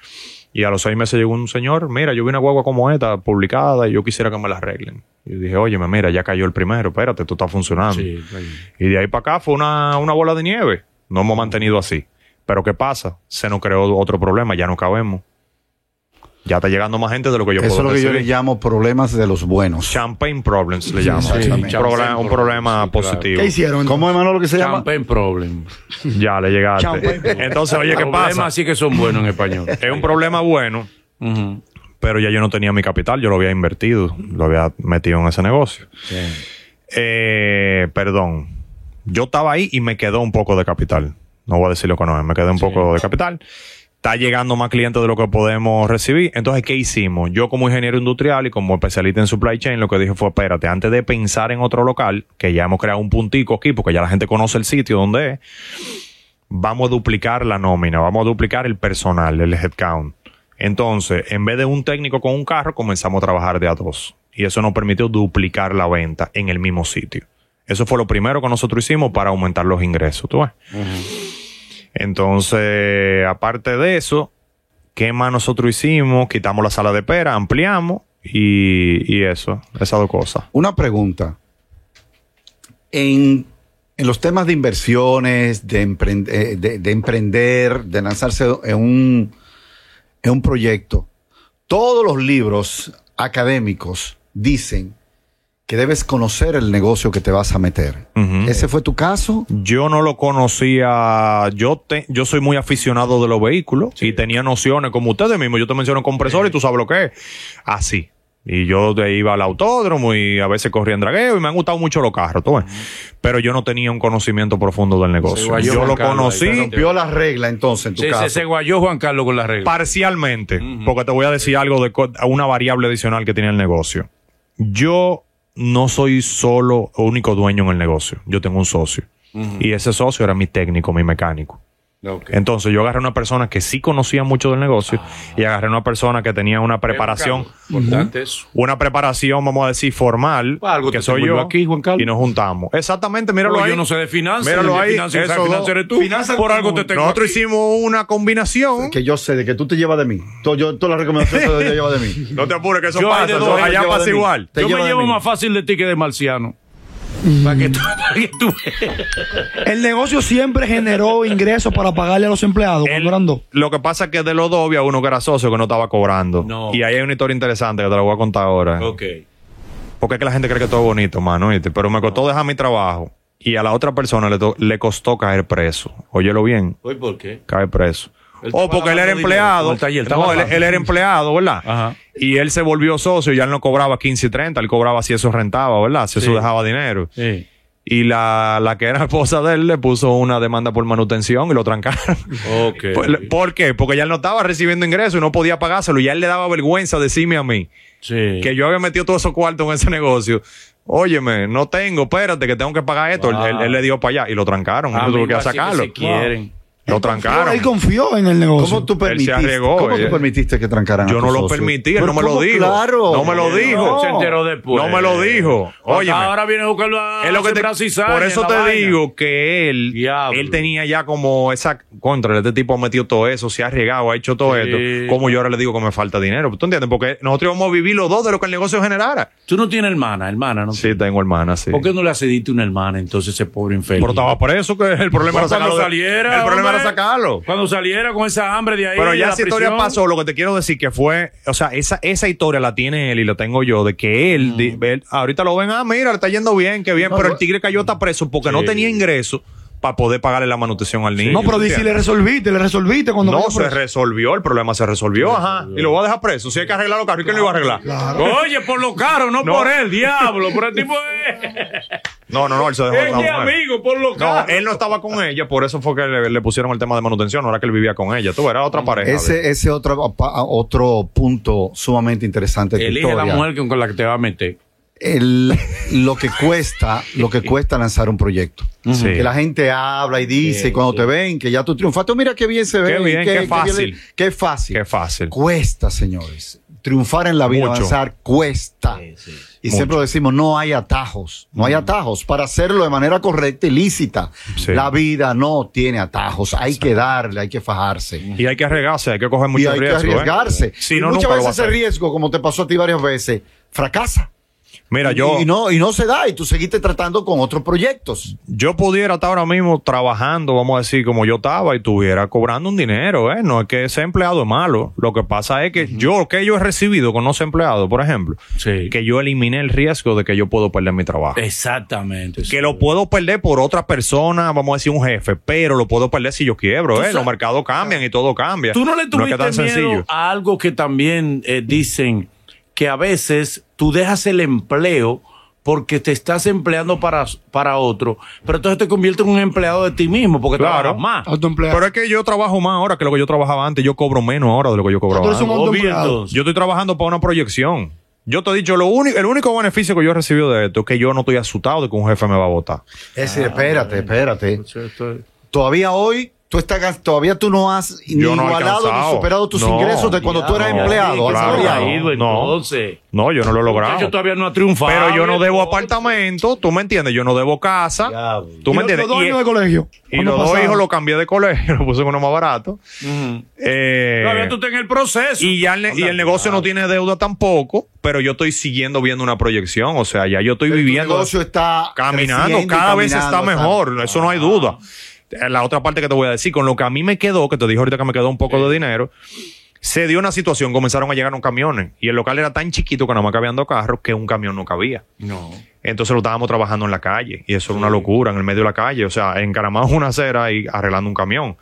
Y a los seis meses llegó un señor, mira, yo vi una guagua como esta publicada y yo quisiera que me la arreglen. Y dije, oye, mira, ya cayó el primero, espérate, esto está funcionando. Sí, está bien. Y de ahí para acá fue una, una bola de nieve. No hemos mantenido así. Pero ¿qué pasa? Se nos creó otro problema, ya no cabemos. Ya está llegando más gente de lo que yo Eso es puedo lo que yo le recibir. llamo problemas de los buenos. Champagne problems le llaman. exactamente. un, Champagne problema- un problems, problema sí, claro. positivo. ¿Qué hicieron? ¿Cómo, hermano, lo que se llama? Champagne problem. Ya le llegaste. Champagne problems. Entonces, oye, ¿qué pasa? Problemas sí que son buenos en español. Es un problema bueno, Ujú. pero ya yo no tenía mi capital, yo lo había invertido, lo había metido en ese negocio. Eh, perdón. Yo estaba ahí y me quedó un poco de capital. No voy a decir lo que no es, me quedó un poco de capital. Está llegando más clientes de lo que podemos recibir. Entonces, ¿qué hicimos? Yo como ingeniero industrial y como especialista en supply chain, lo que dije fue, espérate, antes de pensar en otro local, que ya hemos creado un puntico aquí, porque ya la gente conoce el sitio donde es, vamos a duplicar la nómina, vamos a duplicar el personal, el headcount. Entonces, en vez de un técnico con un carro, comenzamos a trabajar de a dos. Y eso nos permitió duplicar la venta en el mismo sitio. Eso fue lo primero que nosotros hicimos para aumentar los ingresos. ¿tú ves? Entonces, aparte de eso, ¿qué más nosotros hicimos? Quitamos la sala de espera, ampliamos y, y eso, esas dos cosas. Una pregunta. En, en los temas de inversiones, de, emprend- eh, de- de emprender, de lanzarse en un, en un proyecto, todos los libros académicos dicen que debes conocer el negocio que te vas a meter. Ujú. ¿Ese fue tu caso? Yo no lo conocía. Yo te- yo soy muy aficionado de los vehículos y tenía nociones como ustedes mismos. Yo te menciono compresor y tú sabes lo que es. Así. Y yo de- iba al autódromo y a veces corría en dragueo y me han gustado mucho los carros. tú ves. Pero yo no tenía un conocimiento profundo del negocio. igual yo, yo Juan lo Carlos, ahí conocí está, Vio la regla entonces en tu Se, se, caso. se guayó Juan Carlos con la regla. parcialmente, porque te voy a decir algo de co- una variable adicional que tiene el negocio. Yo no soy solo o único dueño en el negocio. Yo tengo un socio. Y ese socio era mi técnico, mi mecánico. Ok. Entonces yo agarré una persona que sí conocía mucho del negocio y Ah. agarré una persona que tenía una preparación, Importante eso. una preparación, vamos a decir, formal, Para Pues algo que te soy tengo yo yo, aquí, Juan Carlos. y nos juntamos. Exactamente, míralo Pero ahí. yo no sé de finanzas. Míralo de ahí, Finanzas, esos ¿sabes finanzas dos. eres tú. Por algo te tengo Nosotros aquí. hicimos una combinación. Que yo sé de que tú te llevas de mí. Tú- yo- Todas las (laughs) recomendaciones que yo llevo de mí. No te apures, que eso Yo pasa. hay de eso dos, allá yo pasa de mí. igual. Te yo me lleva de llevo mí. más fácil de ti que de Marciano. Para que tú, (laughs) para que tú veas. El negocio siempre generó ingresos para pagarle a los empleados El- cuando eran dos. lo que pasa es que de los dos había uno que era socio que no estaba cobrando. No. Y ahí hay una historia interesante que te la voy a contar ahora. Ok. Porque es que la gente cree que todo es bonito, mano. ¿oíste? Pero me costó dejar mi trabajo. Y a la otra persona le, to- le costó caer preso. Óyelo bien, Oye, ¿por qué? caer preso. Él O estaba porque él era lavando dinero, como empleado. el taller, estaba no, él, lavando. él era empleado, ¿verdad? Ajá. Y él se volvió socio y ya él no cobraba 15 y 30. Él cobraba si eso rentaba, ¿verdad? Si eso dejaba dinero. Sí. Y la, la que era (laughs) esposa de él le puso una demanda por manutención y lo trancaron. Ok. (laughs) ¿Por, por qué? Porque ya él no estaba recibiendo ingresos y no podía pagárselo. Ya él le daba vergüenza decirme a mí sí. que yo había metido todos esos cuartos en ese negocio. Óyeme, no tengo, espérate, que tengo que pagar esto. Wow. Él, él le dio para allá y lo trancaron. Él no tuvo Amigos, que así sacarlo. se quieren. Lo Él trancaron. confió en el negocio. ¿Cómo tú permitiste, Pues, arriesgó, ¿cómo tú eh. permitiste que trancaran a Yo tu no lo socio? permití, él Pero no me lo ¿cómo? dijo. Claro. No me lo dijo. No, se enteró después. No me lo dijo. Oye, Óyeme. ahora viene a buscarlo a Es lo que te- sembrar cizaña por eso en te la vaina. digo que él, Diablo. él tenía ya como esa contra, este tipo ha metido todo eso, se ha arriesgado, ha hecho todo Sí. esto. Como yo ahora le digo que me falta dinero. ¿Tú entiendes? Porque nosotros íbamos a vivir los dos de lo que el negocio generara. Tú no tienes hermana, hermana, ¿no? Sí, tengo hermana, sí. ¿Por qué no le accediste una hermana entonces ese pobre infeliz? Pero estaba preso, que el problema Cuando era sacarlo. de- saliera, el problema hombre. era sacarlo. Cuando saliera con esa hambre de ahí. Pero de ya la esa historia prisión. pasó, lo que te quiero decir que fue, o sea, esa, esa historia la tiene él y la tengo yo, de que él, di- él- ahorita lo ven, ah, mira, le está yendo bien, qué bien, pero el tigre cayó hasta preso porque no tenía ingreso para poder pagarle la manutención al niño. no, pero ¿tú di si le entiendes? resolviste, le resolviste cuando No, vayas por se resolvió, el problema se resolvió, ajá, y lo voy a dejar preso, si hay que arreglar los carros, ¿y quién lo iba a arreglar? Oye, por lo caro, no, por el diablo. Por el tipo es. No, no, (laughs) no, él se dejó de Es mi la mujer. amigo, por lo No, caro. él no estaba con ella, por eso fue que le, le pusieron el tema de manutención, no era que él vivía con ella, tú era otra pareja. de- Ese, ese otro, apa- otro punto sumamente interesante de tu Elige la historia. mujer con con la que te va a meter. El- lo que cuesta, lo que cuesta lanzar un proyecto. Sí. Que la gente habla y dice, y cuando te ven, que ya tú triunfaste, mira qué bien se ve. Qué y bien, qué fácil. le- qué fácil. Qué fácil. Cuesta, señores. Triunfar en la vida, Mucho. avanzar, cuesta. Y Mucho. siempre lo decimos, no hay atajos. No hay atajos para hacerlo de manera correcta y lícita. Sí. La vida no tiene atajos. Hay que darle, hay que fajarse Y hay que arriesgarse, hay que coger y mucho hay riesgo. que ¿eh? arriesgarse. Si Y no, muchas nunca lo va a veces ese hacer. riesgo, como te pasó a ti varias veces, fracasa. Mira, Y- yo, y, no, y no se da, y tú seguiste tratando con otros proyectos. yo pudiera estar ahora mismo trabajando, vamos a decir, como yo estaba y estuviera cobrando un dinero, ¿eh? No es que ese empleado es malo. Lo que pasa es que yo, que yo he recibido con ese empleado, por ejemplo, Sí. que yo eliminé el riesgo de que yo puedo perder mi trabajo. Exactamente. sí. Que lo puedo perder por otra persona, vamos a decir un jefe, pero lo puedo perder si yo quiebro, ¿eh? sabes- Los mercados cambian y todo cambia. Tú no le es tuviste que tan miedo sencillo. a algo que también eh, dicen que a veces tú dejas el empleo porque te estás empleando para, para otro, pero entonces te conviertes en un empleado de ti mismo porque Claro. trabajas Ah, más. Autoempleado. Pero es que yo trabajo más ahora que lo que yo trabajaba antes. Yo cobro menos ahora de lo que yo Ah, cobraba Tú eres antes. un autoempleado. Obvio. Yo estoy trabajando para una proyección. Yo te he dicho, lo único, el único beneficio que yo he recibido de esto es que yo no estoy asustado de que un jefe me va a votar. Es decir, espérate, espérate. Esto es- Ah, Todavía hoy tú estás, gas- todavía tú no has ni Yo no he igualado ni alcanzado. superado tus No, ingresos de cuando tú eras diablo, empleado. claro, Adrián. claro. Caído, No. entonces. No, yo no lo he Yo logrado. todavía no ha triunfado. Pero yo no debo entonces. apartamento, tú me entiendes, yo no debo casa. Diablo. Tú me Y los- entiendes. los dos Y- años de colegio. Y ¿Cuándo los dos pasaron? hijos lo cambié de colegio, (laughs) lo puse en uno más barato. Eh, Todavía tú estás en el proceso. y ya el, ne- y el negocio no tiene deuda tampoco, pero yo estoy siguiendo viendo una proyección. O sea, ya yo estoy Tu viviendo. negocio está Caminando, creciendo y cada vez está caminando, mejor, eso no hay duda. La otra parte que te voy a decir, con lo que a mí me quedó, que te dije ahorita que me quedó un poco de dinero, se dio una situación, comenzaron a llegar unos camiones y el local era tan chiquito que nada más cabían dos carros que un camión no cabía. No. Entonces lo estábamos trabajando en la calle y eso era una locura, en el medio de la calle, o sea, encaramados en una acera y arreglando un camión.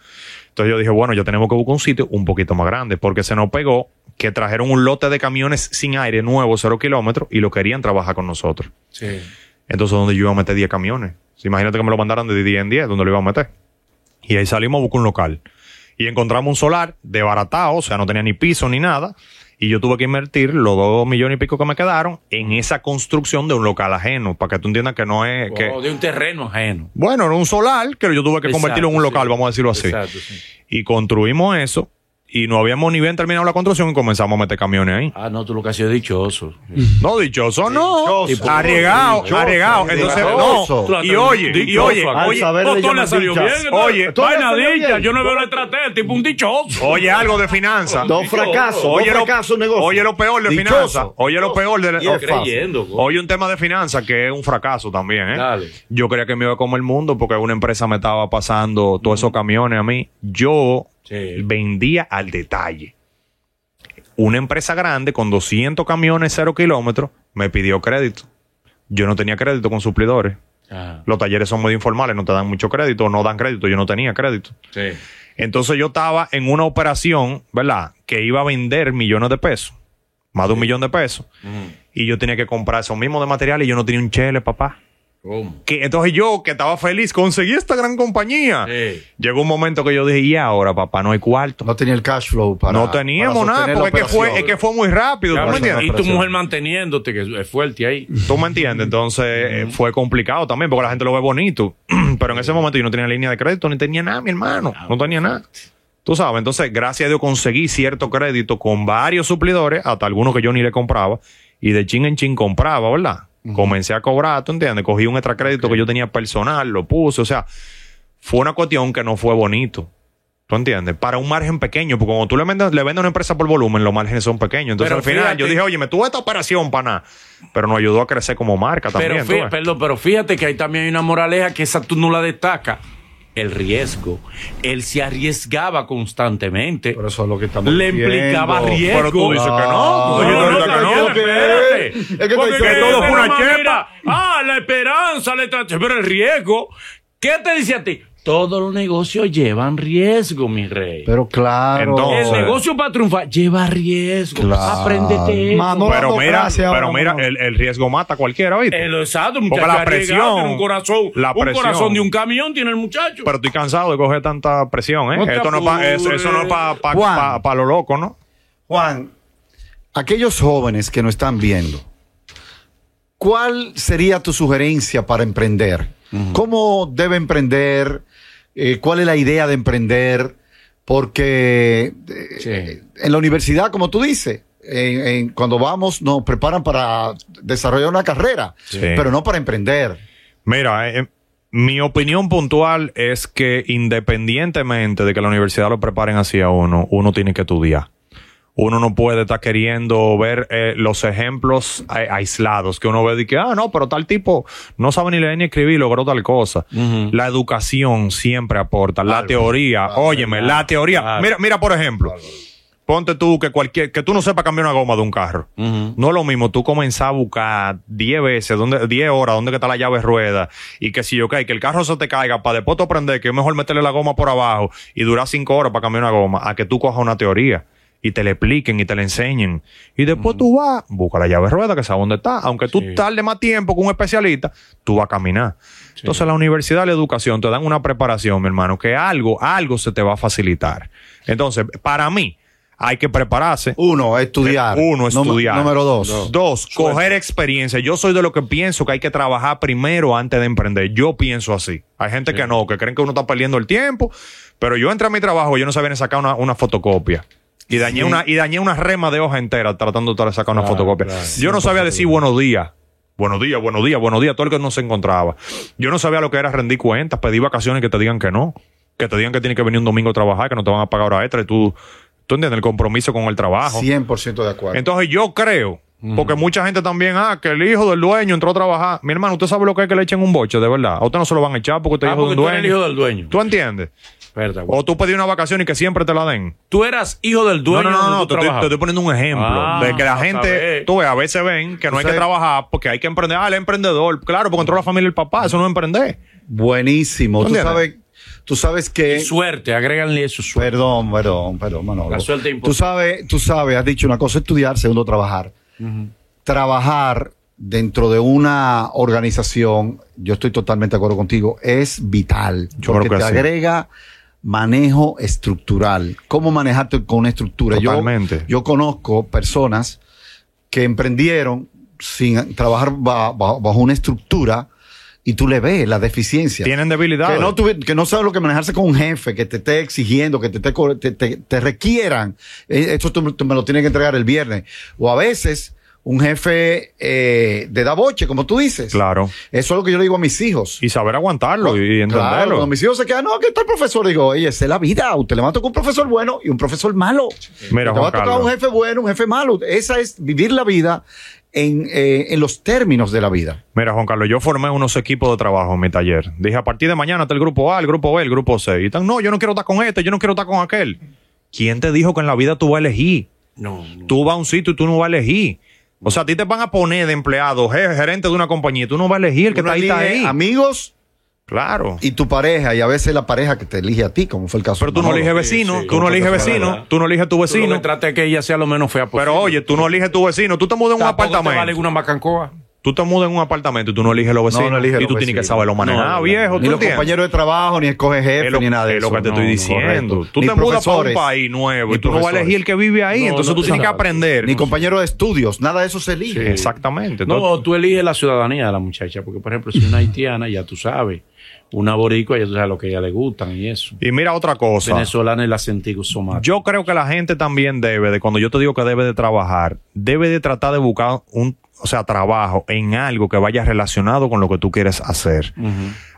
Entonces yo dije, bueno, ya tenemos que buscar un sitio un poquito más grande porque se nos pegó que trajeron un lote de camiones sin aire nuevo, cero kilómetros, y lo querían trabajar con nosotros. Sí. Entonces, ¿dónde yo iba a meter 10 camiones? Imagínate que me lo mandaran de 10 en 10, ¿dónde lo iba a meter? Y ahí salimos a buscar un local. Y encontramos un solar desbaratado, o sea, no tenía ni piso ni nada. Y yo tuve que invertir los dos millones y pico que me quedaron en esa construcción de un local ajeno, para que tú entiendas que no es... que- O de un terreno ajeno. Bueno, era un solar, que yo tuve que Exacto, convertirlo en un local, sí. vamos a decirlo así. Exacto, sí. Y construimos eso, y no habíamos ni bien terminado la construcción y comenzamos a meter camiones ahí. Ah, no, tú lo que has sido dichoso. No, dichoso no. Dichoso. Arriesgado, Dichoso, arriesgado. Entonces, dichoso. no. Y oye, y oye, Al oye, saber no, le todo le llaman salió bien. dichas. Oye, Oye, todo le vaina salió dicha. bien. Yo no veo la estrategia, el tipo un dichoso. oye algo de finanzas. Dos fracasos, Oye dos lo, fracasos negocio. oye lo peor de Dichoso. finanzas. Oye lo peor de Y es fácil. Ok. Creyendo, co- Oye un tema de finanzas que es un fracaso también, ¿eh? Dale. Yo creía que me iba como el mundo porque una empresa me estaba pasando todos esos camiones a mí. Yo Sí. vendía al detalle. Una empresa grande con 200 camiones, cero kilómetros, me pidió crédito. Yo no tenía crédito con suplidores. Ah, Los talleres son muy informales, no te dan mucho crédito, no dan crédito. Yo no tenía crédito. sí. Entonces yo estaba en una operación, ¿verdad? Que iba a vender millones de pesos, más de un millón de pesos. Mm, Y yo tenía que comprar esos mismos de materiales y yo no tenía un chele, papá. ¿Cómo? Que, entonces yo, que estaba feliz, conseguí esta gran compañía. Sí. Llegó un momento que yo dije, y ahora, papá, no hay cuarto. No tenía el cash flow para. no teníamos para nada, sostener la porque es que, fue, es operación. que fue muy rápido. ¿Tú me entiendes? Y tu Operación. mujer manteniéndote, que es fuerte ahí. ¿Tú me entiendes? Entonces eh, fue complicado también, porque la gente lo ve bonito. (clears throat) Pero en ese momento yo no tenía línea de crédito, ni tenía nada, mi hermano. No tenía nada. Tú sabes, entonces, gracias a Dios conseguí cierto crédito con varios suplidores, hasta algunos que yo ni le compraba, y de chin en chin compraba, ¿verdad? Comencé a cobrar, ¿tú entiendes? Cogí un extra crédito que yo tenía personal, lo puse, o sea, fue una cuestión que no fue bonito. ¿Tú entiendes? Para un margen pequeño, porque cuando tú le vendes, le vendes a una empresa por volumen, los márgenes son pequeños. Pero Entonces, al final, fíjate- yo dije, oye, me tuve esta operación para nada. Pero nos ayudó a crecer como marca Pero, también. fí- ¿tú ves? perdón, pero fíjate que ahí también hay una moraleja que esa tú no la destacas. El riesgo. Él se arriesgaba constantemente. Pero eso es lo que estamos Le viendo. implicaba riesgo. Pero tú dices que no. No, tú dices no, ahorita no, que no. no, que- espérate. Es que estoy Porque diciendo- que todo fue una mamá, chepa. mira, Ah, la esperanza, la estrategia, pero el riesgo. ¿Qué te dice a ti? Todos los negocios llevan riesgo, mi rey. Pero claro. Entonces- el negocio para triunfar lleva riesgo. Claro. Apréndete. eso. Manolo, Pero dando mira, frases ahora, pero mira, vámonos. el, el riesgo mata a cualquiera, ¿viste? El osado, muchacho. Porque la arriesgado, presión, tiene un corazón. la Un presión. corazón de un camión tiene el muchacho. Pero estoy cansado de coger tanta presión, ¿eh? No te Esto no es pa- es- eso no es para Juan. lo loco, ¿no? Juan, aquellos jóvenes que nos están viendo, ¿cuál sería tu sugerencia para emprender? ¿Cómo debe emprender? Eh, ¿Cuál es la idea de emprender? Porque eh, en la universidad, como tú dices, en- en- cuando vamos nos preparan para desarrollar una carrera, Sí. pero no para emprender. Mira, eh, eh, mi opinión puntual es que independientemente de que la universidad lo preparen hacia uno, uno tiene que estudiar. Uno no puede estar queriendo ver eh, los ejemplos a- aislados que uno ve de que, ah, no, pero tal tipo no sabe ni leer ni escribir, logró tal cosa. La educación siempre aporta. la teoría, óyeme, la teoría. Mira, mira, por ejemplo, ponte tú que cualquier, que tú no sepas cambiar una goma de un carro. No es lo mismo tú comenzar a buscar 10 veces, dónde, 10 horas, dónde que está la llave de rueda y que si yo cae, que el carro se te caiga para después tú aprender que es mejor meterle la goma por abajo y durar 5 horas para cambiar una goma, a que tú cojas una teoría y te le expliquen y te le enseñen. Y después tú vas, busca la llave de rueda que sabe dónde está. Aunque tú tarde más tiempo con un especialista, tú vas a caminar. Entonces la universidad, la educación, te dan una preparación, mi hermano, que algo, algo se te va a facilitar. Entonces, para mí, Hay que prepararse. Uno, estudiar. Eh, Uno, Número- estudiar. Número dos. Dos, coger experiencia. Yo soy de lo que pienso que hay que trabajar primero antes de emprender. Yo pienso así. Hay gente que no, que creen que uno está perdiendo el tiempo, pero yo entré a mi trabajo, yo no sabía ni sacar una, una fotocopia. Y dañé, una, y dañé una rema de hoja entera tratando de sacar una fotocopia. Yo no sabía decir buenos días. Buenos días, buenos días, buenos días, todo el que no se encontraba. Yo no sabía lo que era rendir cuentas, pedir vacaciones que te digan que no, que te digan que tienes que venir un domingo a trabajar, que no te van a pagar hora extra y tú, tú entiendes el compromiso con el trabajo. 100% de acuerdo. Entonces yo creo, porque mucha gente también, ah, que el hijo del dueño entró a trabajar. Mi hermano, usted sabe lo que es que le echen un boche, de verdad. A usted no se lo van a echar porque usted es Ah, hijo de porque un tú eres dueño. el hijo del dueño. ¿Tú entiendes? Espérate, güey. O tú pedí una vacación y que siempre te la den. Tú eras hijo del No, dueño. no, no, donde tú no, te estoy, trabajabas. te estoy poniendo un ejemplo. Ah, de que la a gente, saber. tú ves, a veces ven que no hay que sabes- trabajar porque hay que emprender. Ah, el emprendedor. Claro, porque entró la familia y el papá. Eso no es emprender. Buenísimo. Tú ¿Dónde era? sabes, tú sabes que. Suerte, agréganle eso, suerte. Perdón, perdón, perdón, Manolo. La suerte es tú importante. sabes, tú sabes, has dicho una cosa, estudiar, segundo, trabajar. Trabajar dentro de una organización, yo estoy totalmente de acuerdo contigo, es vital. Yo porque creo que te sí. agrega manejo estructural. ¿Cómo manejarte con una estructura? Yo- Totalmente. Yo, conozco personas que emprendieron sin trabajar ba- ba- bajo una estructura y tú le ves la deficiencia. Tienen debilidades. Que no, tuve- que no sabes lo que manejarse con un jefe, que te esté exigiendo, que te, esté co- te, te- te requieran. Eh, Esto tú, tú me lo tienes que entregar el viernes. O a veces un jefe eh, de da boche, como tú dices. Claro. Eso es lo que yo le digo a mis hijos. Y saber aguantarlo y Claro, entenderlo. cuando mis hijos se quedan, no, que está el profesor. Digo, oye, esa es la vida. Usted le va a tocar un profesor bueno y un profesor malo. Mira, te va a Juan tocar Carlos. un jefe bueno, un jefe malo. Esa es vivir la vida en, eh, en los términos de la vida. Mira, Juan Carlos, yo formé unos equipos de trabajo en mi taller. Dije, a partir de mañana está el grupo A, el grupo B, el grupo C. Y están, no, yo no quiero estar con este, yo no quiero estar con aquel. ¿Quién te dijo que en la vida tú vas a elegir? No, no. Tú vas a un sitio y tú no vas a elegir. O sea, a ti te van a poner de empleado, je- gerente de una compañía, y tú no vas a elegir el que Uno está ahí. está elige ahí. Amigos Claro. y tu pareja, y a veces la pareja que te elige a ti, como fue el caso. Pero de tú no Manolo. eliges vecino, sí. tú no eliges Porque eso es vecino, verdad. tú no eliges tu Tú lo que vecino. trata es que ella sea lo menos fea posible. Pero oye, tú no eliges tu vecino, tú te mudas en un Tampoco te apartamento. vale una macancoa. Tú te mudas en un apartamento y tú no eliges los No, vecinos. no eliges y los tú tienes que vecinos. saberlo manejar, No, no, no. viejo. ¿tú Ni los entiendes? compañeros de trabajo, ni escoge jefe, es lo, ni nada de es lo eso. que te No, estoy no, diciendo. correcto. Tú Ni te mudas para un profesores, país nuevo ni y tú no vas a profesores, elegir el que vive ahí. No, entonces no tú te tienes que sabes. aprender. Ni compañero de estudios, nada de eso se elige. Exactamente. No, Entonces, tú eliges la ciudadanía de la muchacha, porque por ejemplo, si una haitiana, ya tú sabes, una boricua, ya tú sabes lo que a ella le gustan y eso. y mira otra cosa. Venezolana y la sentigo somática. Yo creo que la gente también debe, de cuando yo te digo que debe de trabajar, debe de tratar de buscar un, o sea, trabajo en algo que vaya relacionado con lo que tú quieres hacer.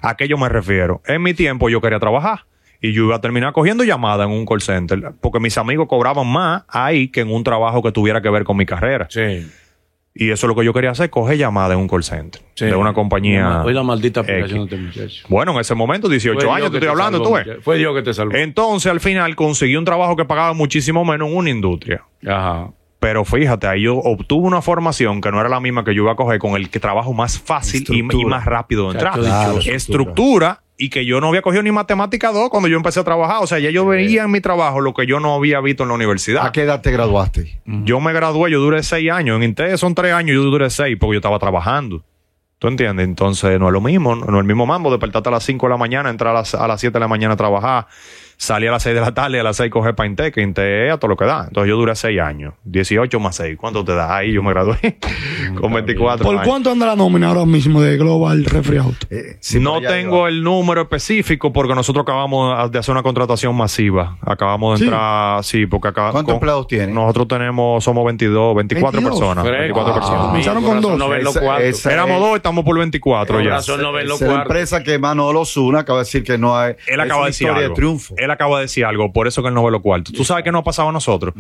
¿A qué yo me refiero? En mi tiempo yo quería trabajar y yo iba a terminar cogiendo llamadas en un call center porque mis amigos cobraban más ahí que en un trabajo que tuviera que ver con mi carrera. Sí. Y eso es lo que yo quería hacer, coger llamadas en un call center sí. de una compañía. Hoy la maldita X. aplicación de este muchacho. Bueno, en ese momento, 18 Fue Dios años, que te estoy hablando, salvó, tú ves. Eh, muchacho. Fue Dios que te salvó. Entonces, al final, conseguí un trabajo que pagaba muchísimo menos en una industria. Ajá. Pero fíjate, ahí yo obtuve una formación que no era la misma que yo iba a coger, con el que trabajo más fácil y, y más rápido de entrar. Chacho, Claro, estructura. y que yo no había cogido ni matemática 2 cuando yo empecé a trabajar. O sea, ya yo veía en mi trabajo lo que yo no había visto en la universidad. ¿A qué edad te graduaste? Yo me gradué, yo duré seis años. En Intel son tres años, yo duré seis porque yo estaba trabajando. ¿Tú entiendes? Entonces no es lo mismo, no no es el mismo mambo. Despertarte a las 5 de la mañana, entrar a las, a las 7 de la mañana a trabajar, salir a las 6 de la tarde, a las 6 coger para Intel, que Intel es a todo lo que da. Entonces yo duré seis años, 18 más 6. ¿Cuánto te da? Ahí yo me gradué (laughs) con 24 ¿Por años. cuánto anda la nómina ahora mismo de Global Refri Out? Eh, no tengo el número específico porque nosotros acabamos de hacer una contratación masiva. Acabamos de Sí. entrar, sí, porque acá. ¿Cuántos empleados tienen? Nosotros tenemos, somos 22, 24 22. personas. 24 personas. Comenzaron con dos. No ven los Esa- cuatro. esa Éramos Ah. es- dos, estamos por 24 Con ya. razón no ven los esa es la cuartos. empresa que Manolo Zuna acaba de decir que no hay. Él es acaba una de decir historia de algo. triunfo. Él acaba de decir algo, por eso que él no ve los cuartos. Tú sabes que nos ha pasado a nosotros.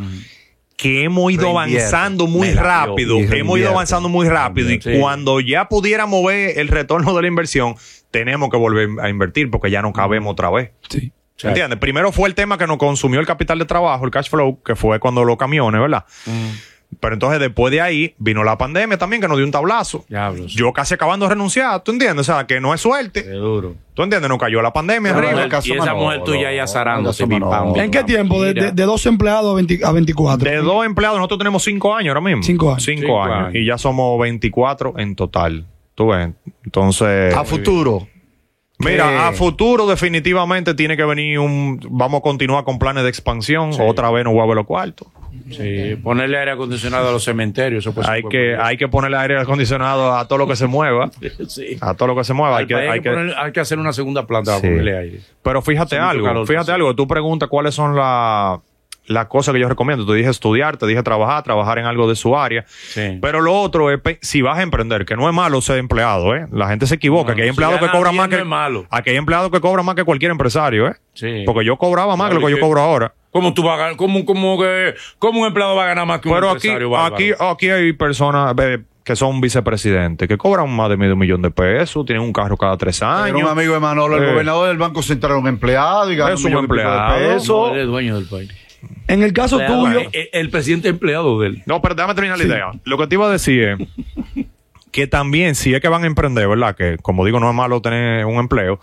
Que hemos ido Mm. Reinvierte. avanzando muy Me la dio. rápido. Y Hemos ido reinvierte. avanzando muy rápido. Y Sí. cuando ya pudiéramos ver el retorno de la inversión, tenemos que volver a invertir porque ya no Mm. cabemos otra vez. Sí. ¿Entiendes? Primero fue el tema que nos consumió el capital de trabajo, el cash flow, que fue cuando los camiones, ¿verdad? Pero entonces después de ahí vino la pandemia también que nos dio un tablazo. Diablos. Yo casi acabando de renunciar, ¿tú entiendes? O sea, que no es Qué suerte. duro. ¿Tú entiendes? Nos cayó la pandemia Pero arriba. el caso y esa Manolo, mujer tuya ahí azarándose, el caso pim, pam, Manolo. ¿En qué tiempo? De, de, de 12 empleados a, 20 a 24. De dos empleados, nosotros tenemos cinco años ahora mismo. Cinco años. Cinco, Cinco años. años. Y ya somos 24 en total. ¿Tú ves? Entonces, A futuro. Mira, a futuro definitivamente tiene que venir un... Vamos a continuar con planes de expansión. Otra vez no voy a ver los cuartos. Sí, ponerle aire acondicionado a los cementerios. Eso puede ser hay, por- que, hay que ponerle aire acondicionado a todo lo que se mueva. (laughs) Sí. A todo lo que se mueva. Ah, Hay Al que, país hay que- poner- hay que hacer una segunda planta para Sí. ponerle aire. Pero Hace fíjate mucho algo, calor, fíjate sí. algo. Tú preguntas cuáles son la- las cosas que yo recomiendo. Te dije estudiar, te dije trabajar, trabajar en algo de su área. Sí. Pero lo otro es pe- si vas a emprender, que no es malo ser empleado, ¿eh? La gente se equivoca. No, que hay si empleados que ganas cobran bien, más que. no es malo. Aquí hay empleados que cobran más que cualquier empresario, ¿eh? Sí. Porque yo cobraba más que lo que yo Claro, y cobro ahora. ¿Cómo tú vas a ganar? ¿Cómo, cómo que- cómo un empleado va a ganar más que un Pero aquí, empresario? bárbaro? aquí, aquí hay personas eh, que son vicepresidentes, que cobran más de medio millón de pesos, tienen un carro cada tres Era un años. amigo de Manolo, el Eh. gobernador del Banco Central, un empleado y ganó Es un millón y pico de empleado. pesos. No, él es dueño del país. En el caso tuyo, El, el- el presidente empleado de él. No, pero déjame terminar la idea. Lo que te iba a decir es que también, si es que van a emprender, ¿verdad? Que como digo, no es malo tener un empleo.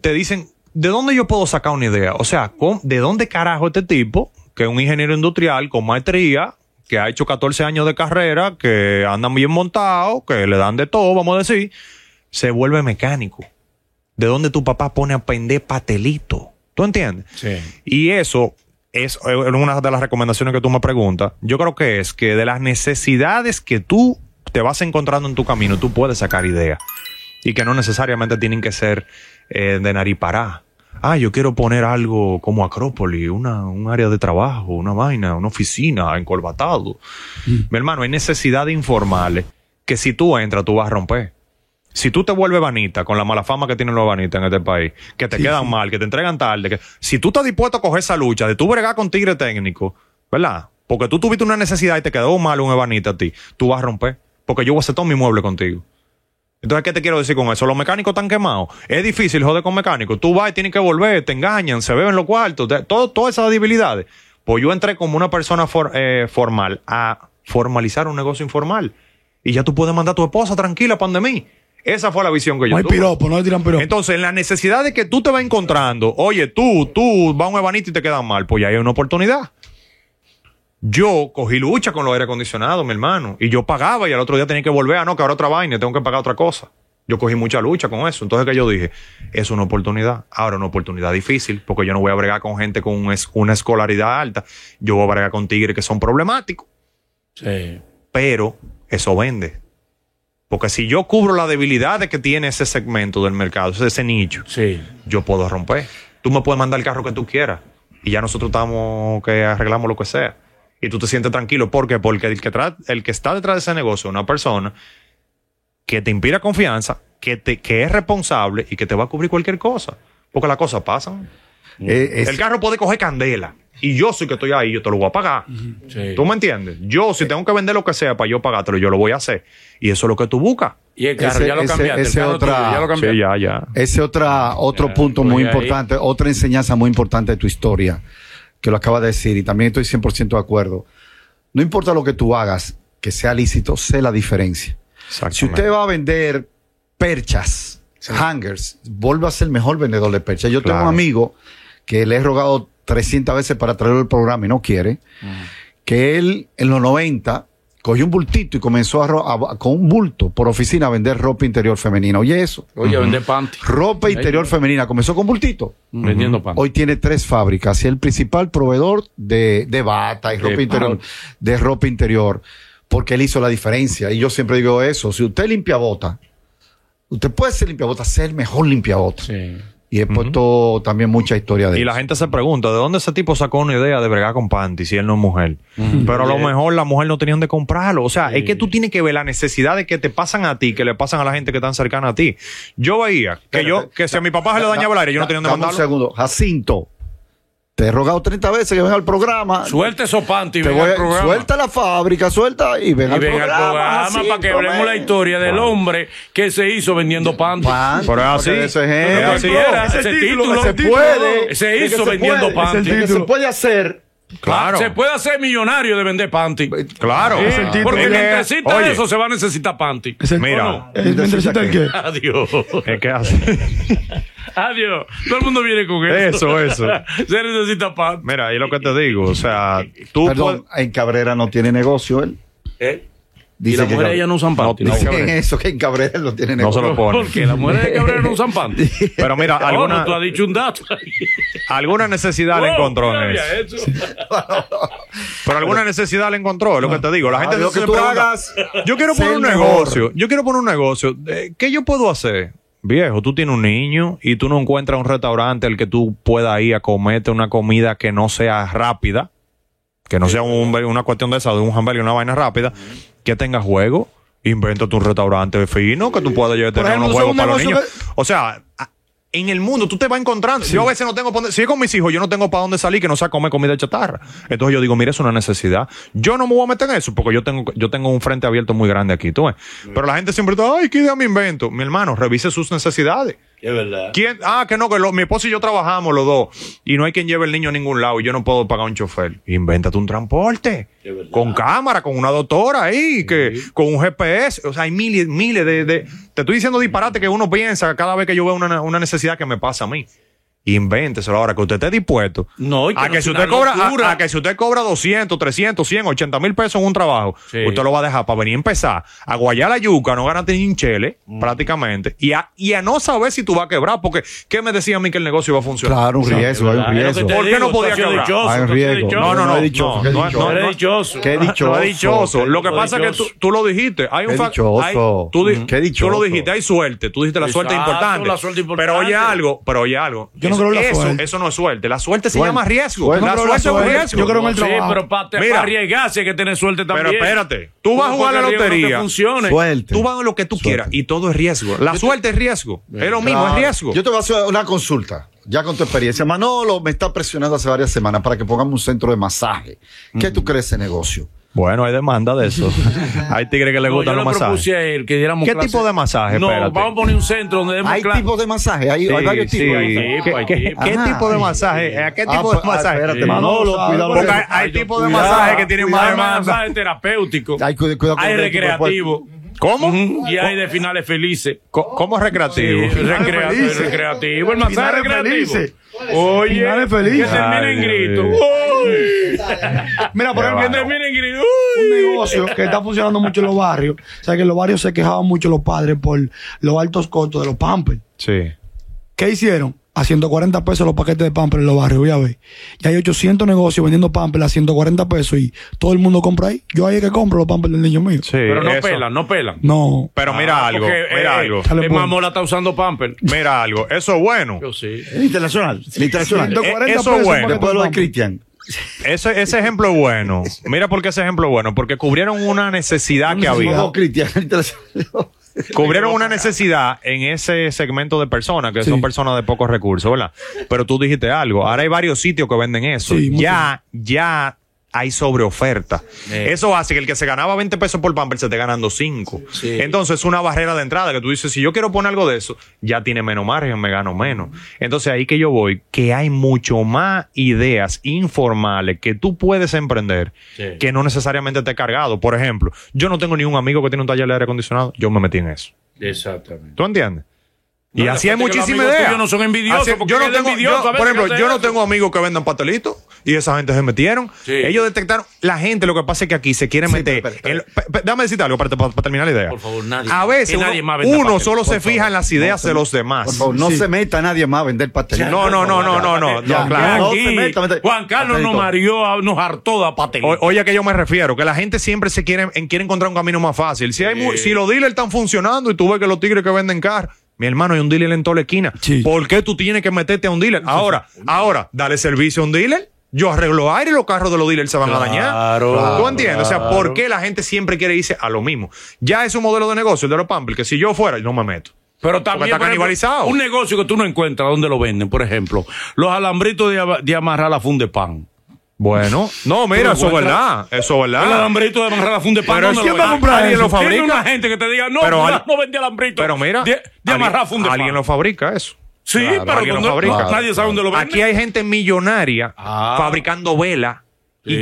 Te dicen, ¿de dónde yo puedo sacar una idea? O sea, ¿con- ¿de dónde carajo este tipo, que es un ingeniero industrial con maestría, que ha hecho 14 años de carrera, que andan bien montados, que le dan de todo, vamos a decir, se vuelve mecánico? ¿De dónde tu papá pone a pender patelito? ¿Tú entiendes? Sí. Y eso es eh, una de las recomendaciones que tú me preguntas. Yo creo que es que de las necesidades que tú te vas encontrando en tu camino, tú puedes sacar ideas. Y que no necesariamente tienen que ser eh, de naripará. Ah, yo quiero poner algo como Acrópolis, una, un área de trabajo, una vaina, una oficina, encolbatado. Mi hermano, hay necesidades informales que si tú entras, tú vas a romper. Si tú te vuelves banita con la mala fama que tienen los banitas en este país, que te quedan mal, que te entregan tarde, que si tú estás dispuesto a coger esa lucha de tú bregar con tigre técnico, ¿verdad? Porque tú tuviste una necesidad y te quedó mal un ebanita a ti, tú vas a romper. Porque yo voy a hacer todo mi mueble contigo. Entonces, ¿qué te quiero decir con eso? Los mecánicos están quemados. Es difícil joder con mecánicos. Tú vas y tienes que volver, te engañan, se beben los cuartos, te- todo- todas esas debilidades. Pues yo entré como una persona for- eh, formal a formalizar un negocio informal. Y ya tú puedes mandar a tu esposa tranquila, pan de mí. Esa fue la visión que yo no hay tuve. piropo, no le tiran piropo. Entonces, en las necesidades que tú te vas encontrando, oye, tú, tú, vas a un ebanito y te quedan mal, pues ya hay una oportunidad. Yo cogí lucha con los aire acondicionados, mi hermano, y yo pagaba y al otro día tenía que volver, ah, no, que ahora otra vaina, tengo que pagar otra cosa. Yo cogí mucha lucha con eso. Entonces, que yo dije, es una oportunidad. Ahora, una oportunidad difícil, porque yo no voy a bregar con gente con un es- una escolaridad alta. Yo voy a bregar con tigres que son problemáticos Sí. pero eso vende. Porque si yo cubro las debilidades que tiene ese segmento del mercado, ese, ese nicho, Sí. yo puedo romper. Tú me puedes mandar el carro que tú quieras y ya nosotros estamos que arreglamos lo que sea. Y tú te sientes tranquilo. ¿Por qué? Porque el que, tra- el que está detrás de ese negocio es una persona que te inspira confianza, que, te, que es responsable y que te va a cubrir cualquier cosa. Porque las cosas pasan. Eh, es- El carro puede coger candela y yo soy que estoy ahí, yo te lo voy a pagar. Sí. ¿Tú me entiendes? Yo, si tengo que vender lo que sea para yo pagártelo, yo lo voy a hacer. Y eso es lo que tú buscas. Y el carro Ese- ya lo ese- cambiaste. el ese carro otra- tuyo, ya lo cambiaste. Sí, ya, ya. Ese otra, otro Ya, punto Eh, voy muy ahí. importante, otra enseñanza muy importante de tu historia, que lo acabas de decir, y también estoy 100% de acuerdo. No importa lo que tú hagas, que sea lícito, sé la diferencia. Si usted va a vender perchas, hangers, vuelva a ser el mejor vendedor de perchas. Yo tengo Claro. un amigo que le he rogado 300 veces para traerlo al programa y no quiere, Mm. que él en los 90 cogió un bultito y comenzó a ro- a- con un bulto por oficina a vender ropa interior femenina. Oye eso. Oye, vende panty. Ropa interior femenina. Comenzó con bultito. Vendiendo panty. Hoy tiene tres fábricas y el principal proveedor de, de bata y ropa interior, de ropa interior, porque él hizo la diferencia. Y yo siempre digo eso: si usted limpia bota, usted puede ser limpiabota, ser el mejor limpiabota. Sí. Y he puesto también mucha historia de Y eso. la gente se pregunta, ¿de dónde ese tipo sacó una idea de bregar con panty si él no es mujer? Mm. Pero a lo mejor la mujer no tenía dónde comprarlo. O sea, es que tú tienes que ver las necesidades que te pasan a ti, que le pasan a la gente que están cercana a ti. Yo veía que yo, que si a mi papá se le dañaba el aire, yo no tenía dónde Dame un mandarlo. segundo. Jacinto, te he rogado 30 veces que venga al programa. Suelta esos panty y Te ven voy al a- programa. suelta la fábrica, suelta y ven y al ven programa. al programa para que Jacinto, hablemos la ven. historia del hombre que se hizo vendiendo panty. Pan, Pero es porque así. de Eso es Es ejemplo. eh, así. Era Ese ese título, título. se puede. Se de que hizo vendiendo puede, panty. de que se puede hacer. Claro. Se puede hacer millonario de vender panty. Claro. Sí, Es el título. Porque Es que- necesita oye. eso, se va a necesitar panty. Es el- Mira. ¿O no? ¿El vendercito Eh, el qué? Adiós. Es que así. (laughs) Adiós. Todo el mundo viene con eso. Eso, eso. (laughs) Se necesita panty. Mira, y lo que te digo, o sea, tú Perdón, en Cabrera no tiene negocio él. ¿Eh? Y Dice las mujeres ya no usan panty. no, No, que- ¿Qué es eso? Que en Cabrera lo tienen No se lo ¿Por qué? ponen. Las mujeres de Cabrera no usan panty. Pero (laughs) mira, Ahora (laughs) alguna, tú has dicho un dato. Oh, alguna necesidad le encontró en eso. Pero alguna necesidad le encontró, es lo que te digo. La gente lo Ah, se que tú pregunta, hagas, yo quiero sé poner un el mejor". negocio, yo quiero poner un negocio, eh, ¿qué yo puedo hacer? Viejo, tú tienes un niño y tú no encuentras un restaurante al que tú puedas ir a comerte una comida que no sea rápida, que no sea un- una cuestión de salud, un hamburger, una vaina rápida, que tenga juego. Invéntate un restaurante fino que tú puedas llevar- tener ejemplo, unos eso es juegos un para los niños. negocio O sea, a- en el mundo tú te vas encontrando. Yo a veces no tengo pa' dónde- si yo con mis hijos, yo no tengo para dónde salir que no sea comer comida chatarra. Entonces yo digo, mira, es una necesidad. Yo no me voy a meter en eso porque yo tengo, yo tengo un frente abierto muy grande aquí, tú ves. Pero la gente siempre está, ay, qué idea me invento. Mi hermano, revise sus necesidades. Es verdad. ¿Quién? Ah, que no, que lo- mi esposo y yo trabajamos los dos y no hay quien lleve el niño a ningún lado y yo no puedo pagar un chofer. Invéntate un transporte Es verdad. con cámara, con una doctora ahí, que con un GPS. O sea, hay miles, miles de, de- Te estoy diciendo disparate que uno piensa cada vez que yo veo una, una necesidad que me pasa a mí. Invénteselo ahora, que usted esté dispuesto. No, y que a no que es si una usted cobra, locura. a, a que si usted cobra 200, 300, 100, 80 mil pesos en un trabajo, Sí. usted lo va a dejar para venir a empezar a guayar la yuca, no ganarte ni un chele, Mm. prácticamente, y a, y a no saber si tú vas a quebrar, porque ¿qué me decía a mí que el negocio iba a funcionar? (laughs) Claro, un riesgo, hay un riesgo. ¿Por qué no podía quebrar? Hay un riesgo. No, no, no, he no, dicho, no, he dicho. no, no, Tú eres no. dichoso. Qué dichoso. No es dichoso. Lo que Lo pasa es que tú, dichoso. tú lo dijiste. Hay un Qué fac- dichoso. hay- tú, di- Mm. Qué tú lo dichoso. dijiste. Hay suerte. Tú dijiste la suerte, Exacto, importante. la suerte importante. Pero oye algo. Pero oye algo. Yo no eso, creo en la eso- suerte. eso no es suerte. La suerte se Suerte. llama riesgo. Suerte. La Yo no suerte creo es en la un suerte. riesgo. Yo creo en el Sí, trabajo. pero para Mira. arriesgarse hay que tener suerte también. Pero espérate. Tú vas a Porque jugar a el la riesgo no te lotería. funciona. Suerte. Tú vas a lo que tú quieras. Y todo es riesgo. La suerte es riesgo. Es lo mismo, es Claro. riesgo. Yo te voy a hacer una consulta, ya con tu experiencia. Manolo me está presionando hace varias semanas para que pongamos un centro de masaje. Mm. ¿Qué tú crees de ese negocio? Bueno, hay demanda de eso. hay tigres que le No, yo le propuse a él que diéramos ¿Qué clase- tipo de masaje? No, Espérate. vamos a poner un centro donde demos Hay clase. tipos de masaje, hay, hay varios tipos. hay ¿Qué- tipo, hay qué- tipo. ¿Qué Ah, tipo de masaje? ¿A qué Ah, tipo pues, de ah, masaje? espérate, Sí. Manolo, Manolo, cuidado. Porque porque- hay, hay Ay, tipos de cuidado. masaje que tienen más Hay demanda. masaje terapéutico. Hay cu- cuidado con Hay el tipo de recreativo. ¿Cómo? Ujú, Y hay de finales felices. Co- ¿Cómo recreativo? Sí, recrea- felices. recreativo. El masaje Finales recreativo. felices. Oye, Finales felices. que termina Ay, en grito. Dios Uy, Mira, Qué por ejemplo, que yo tengo- termina en grito. un Uy. negocio que está funcionando mucho en los barrios. O sea, que en los barrios se quejaban mucho los padres por los altos costos de los pampers. Sí. ¿Qué hicieron? A 140 pesos los paquetes de pampers en los barrios, voy a ver. Ya hay 800 negocios vendiendo pampers a 140 pesos y todo el mundo compra ahí. Yo ahí es que compro los pampers del niño mío. Sí. Pero no eso. pelan, no pelan. No. Pero mira Ah, algo. porque, mira eh, algo. Sale eh, bueno. Mamola está usando pamper. Mira algo. Eso es bueno. Yo sí. Internacional, internacional. Eh, eso es un bueno. paquete Después de lo de pampers. Cristian. Ese, ese ejemplo es bueno. Mira por qué ese ejemplo es bueno. Porque cubrieron una necesidad que había. No, Cristian, (laughs) internacional. (laughs) Cubrieron una necesidad en ese segmento de personas, que Sí. son personas de pocos recursos, ¿verdad? Pero tú dijiste algo. Ahora hay varios sitios que venden eso. Sí, ya, ya hay sobreoferta. Eso hace que el que se ganaba 20 pesos por pamper se esté ganando 5. Entonces es una barrera de entrada que tú dices, si yo quiero poner algo de eso, ya tiene menos margen, me gano menos. Entonces ahí que yo voy, que hay mucho más ideas informales que tú puedes emprender Sí. que no necesariamente esté cargado. Por ejemplo, yo no tengo ni un amigo que tiene un taller de aire acondicionado, yo me metí en eso. Exactamente. ¿Tú entiendes? y No, así hay después que los muchísimas amigos ideas. tuyos no son envidiosos, Así- porque yo no eres tengo, envidioso, yo- a veces por que ejemplo, haces yo no eso. tengo amigos que vendan pastelitos y esa gente se metieron. Sí. Ellos detectaron, la gente, lo que pasa es que aquí se quieren Sí, meter. pero, pero, en lo- pe- pe- dame decirte algo para, para- para terminar la idea. Por favor, nadie. A veces Que uno, nadie más venda uno pastel, solo se fija en las ideas de los Por demás. favor, no se meta nadie más a vender pastelito. No, no, no, no, no, no, Ya, no, claro. no se meta, meta- Juan Carlos nos Patelito. mareó, a- nos hartó a patelito. O- Oye, a que yo me refiero, que la gente siempre se quiere, en- quiere encontrar un camino más fácil. Si, hay mu- si los dealers están funcionando y tú ves que los tigres que venden car, mi hermano, hay un dealer en toda la esquina. Sí. ¿Por qué tú tienes que meterte a un dealer? Ahora, ahora, dale servicio a un dealer. Yo arreglo aire y los carros de los dealers se van a dañar. Claro, ¿Tú entiendes? O sea, ¿por qué la gente siempre quiere irse a lo mismo? Ya es un modelo de negocio, el de los Pampers, que si yo fuera, yo no me meto. Pero también está por ejemplo, canibalizado. un negocio que tú no encuentras donde lo venden, por ejemplo, los alambritos de, ama- de amarrar la funde pan. Bueno, no, mira, Tú eso es verdad. encuentras- Eso es El verdad. alambrito de amarrar la funde pan. Pero ¿dónde ¿quién lo va a venden? comprar Alguien eso? lo fabrica. Tiene Tiene una una gente que te diga, no, Pero al- no vende alambrito. Pero mira, de, de alguien- amarrar funde pan. alguien lo fabrica eso. Sí, Claro, pero alguien lo cuando- fabrica. nadie sabe dónde lo venden. Aquí hay gente millonaria Ah. fabricando vela. Y, Sí.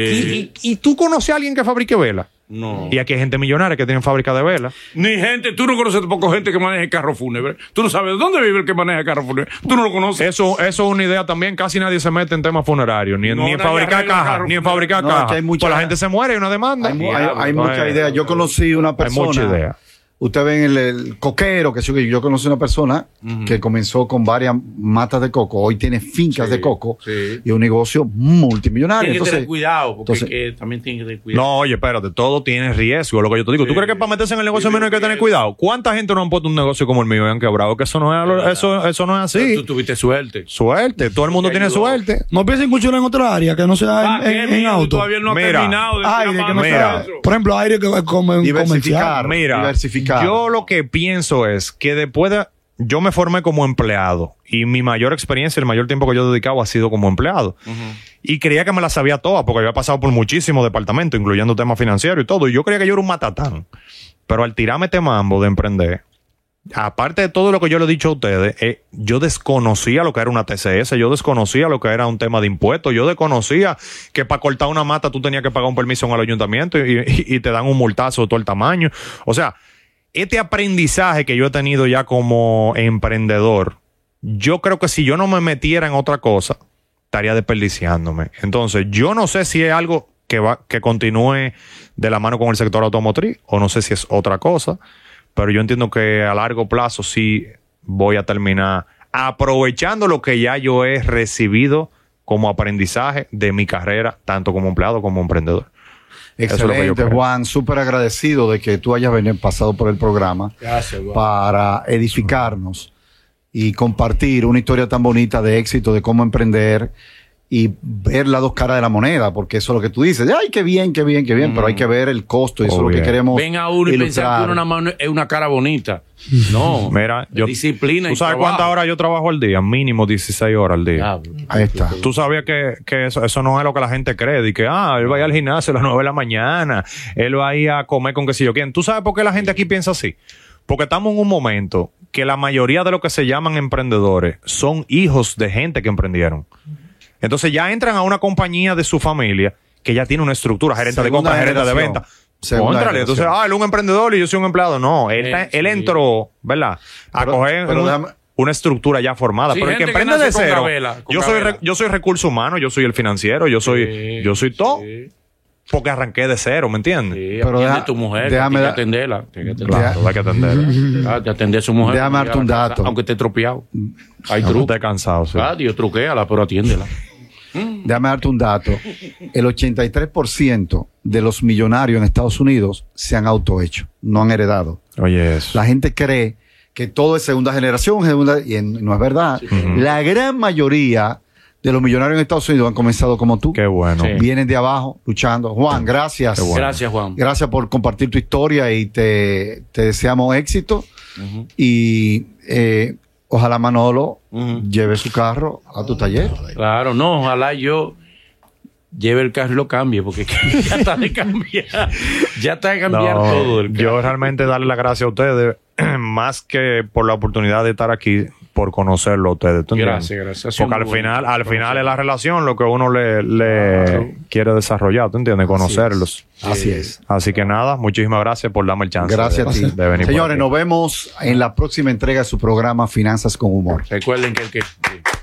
y- y- y tú conoces a alguien que fabrique vela. No. Y aquí hay gente millonaria que tiene fábrica de velas. Ni gente, tú no conoces tampoco gente que maneje carro fúnebre. Tú no sabes dónde vive el que maneja carro fúnebre. Tú no lo conoces. Eso, eso es una idea también. Casi nadie se mete en temas funerarios, ni, en- No, ni en nadie fabricar arregla cajas, carro ni en fabricar No, cajas. aquí hay mucha- Pues la gente se muere, hay una demanda. Hay, mu- hay- Diablo, pues. hay mucha entonces, idea. Yo conocí una persona. mucha idea. Usted ve el, el coquero, que sí, que yo conocí una persona que comenzó con varias matas de coco. Hoy tiene fincas de coco y un negocio multimillonario. Tiene que Entonces, tener cuidado, porque entonces- que también tiene que tener cuidado. No, oye, espérate, todo tiene riesgo, lo que yo te digo. ¿Tú crees que para meterse en el negocio menos hay que tener cuidado? ¿Cuánta gente no han puesto un negocio como el mío y han quebrado? Que eso no es, lo- eso, eso no es así. Tú tuviste suerte. Suerte, todo el mundo tiene suerte. No piensen cuchillar en otra área que no sea en, en- en Ah, auto. Todavía no ha Ah, Mira, terminado. de Aire decir, que no "Vamos a mira. sea. hacer eso". Por ejemplo, aire que es como un Diversificar. comercial. Mira, Diversificar. yo lo que pienso es que después de. Yo me formé como empleado y mi mayor experiencia, el mayor tiempo que yo he dedicado ha sido como empleado. Y creía que me la sabía toda porque había pasado por muchísimos departamentos, incluyendo temas financieros y todo. Y yo creía que yo era un matatán. Pero al tirarme este mambo de emprender, aparte de todo lo que yo le he dicho a ustedes, eh, yo desconocía lo que era una TCS, yo desconocía lo que era un tema de impuestos, yo desconocía que para cortar una mata tú tenías que pagar un permiso al ayuntamiento y, y- y te dan un multazo de todo el tamaño. O sea, este aprendizaje que yo he tenido ya como emprendedor, yo creo que si yo no me metiera en otra cosa, estaría desperdiciándome. Entonces, yo no sé si es algo que va que continúe de la mano con el sector automotriz o no sé si es otra cosa, pero yo entiendo que a largo plazo sí voy a terminar aprovechando lo que ya yo he recibido como aprendizaje de mi carrera, tanto como empleado como emprendedor. Eso es lo que yo Excelente, creo. Juan. Súper agradecido de que tú hayas venido pasado por el programa para edificarnos y compartir una historia tan bonita de éxito, de cómo emprender y ver las dos caras de la moneda, porque eso es lo que tú dices. Ay, qué bien, qué bien, qué bien, pero hay que ver el costo y eso es lo Obvio. que queremos. Venga uno y pensar que uno nada más es una cara bonita. No. Mira, yo disciplina ¿Tú y sabes trabajo. cuántas horas yo trabajo al día? Mínimo 16 horas al día. Diablo. Ahí está. Tú sabías que, que eso, eso no es lo que la gente cree. Y que, ah, él va a ir al gimnasio a las 9 de la mañana. Él va a ir a comer con qué sé yo quién. ¿Tú sabes por qué la gente aquí piensa así? Porque estamos en un momento que la mayoría de los que se llaman emprendedores son hijos de gente que emprendieron. Entonces ya entran a una compañía de su familia que ya tiene una estructura, gerente Segunda de compra, gerente de generación. venta. Segunda Contrale, entonces, generación. ah, él es un emprendedor y yo soy un empleado. No, él, Eh, ta- él sí. entró, ¿verdad? A Pero- coger pero un- déjame- una estructura ya formada. Sí, pero el que gente que emprende de nace con cero, gabela, con yo soy, gabela. re- yo soy recurso humano, yo soy el financiero, yo soy, Sí, yo soy todo, sí, porque arranqué de cero, ¿me entiendes? sí, Pero atiende deja- a tu mujer, déjame déjame que da- atenderla. Tienes que atenderla. Claro, hay que (laughs) atender. Ah, te atender a su mujer. Déjame darte un dato. Aunque esté tropeado. Hay Estoy truco. cansado, sí. Ah, Dios, truquéala, pero atiéndela. Déjame darte un dato. El 83% de los millonarios en Estados Unidos se han autohecho, no han heredado. Oye, eso. La gente cree que todo es segunda generación, segunda- y en- no es verdad. La gran mayoría de los millonarios en Estados Unidos han comenzado como tú. Qué bueno. Sí. Vienen de abajo luchando. Juan, gracias. Qué bueno. Gracias, Juan. Gracias por compartir tu historia y te, te deseamos éxito. Y eh, ojalá Manolo lleve su carro a tu taller. Claro, no, ojalá yo lleve el carro y lo cambie, porque (laughs) ya está de cambiar. Ya está de cambiar No, todo el carro. yo realmente darle las gracias a ustedes, (clears throat) más que por la oportunidad de estar aquí, por conocerlo a ustedes. ¿tú entiendes? Gracias, gracias. Ha sido Porque al muy final, bonito al final conocerlo. es la relación lo que uno le, le quiere desarrollar, ¿tú entiendes? Conocerlos. Así es. Así que nada, muchísimas gracias por darme el chance. Gracias de- a ti. de venir por Señores, aquí. nos vemos en la próxima entrega de su programa Finanzas con Humor. Recuerden que el que. sí.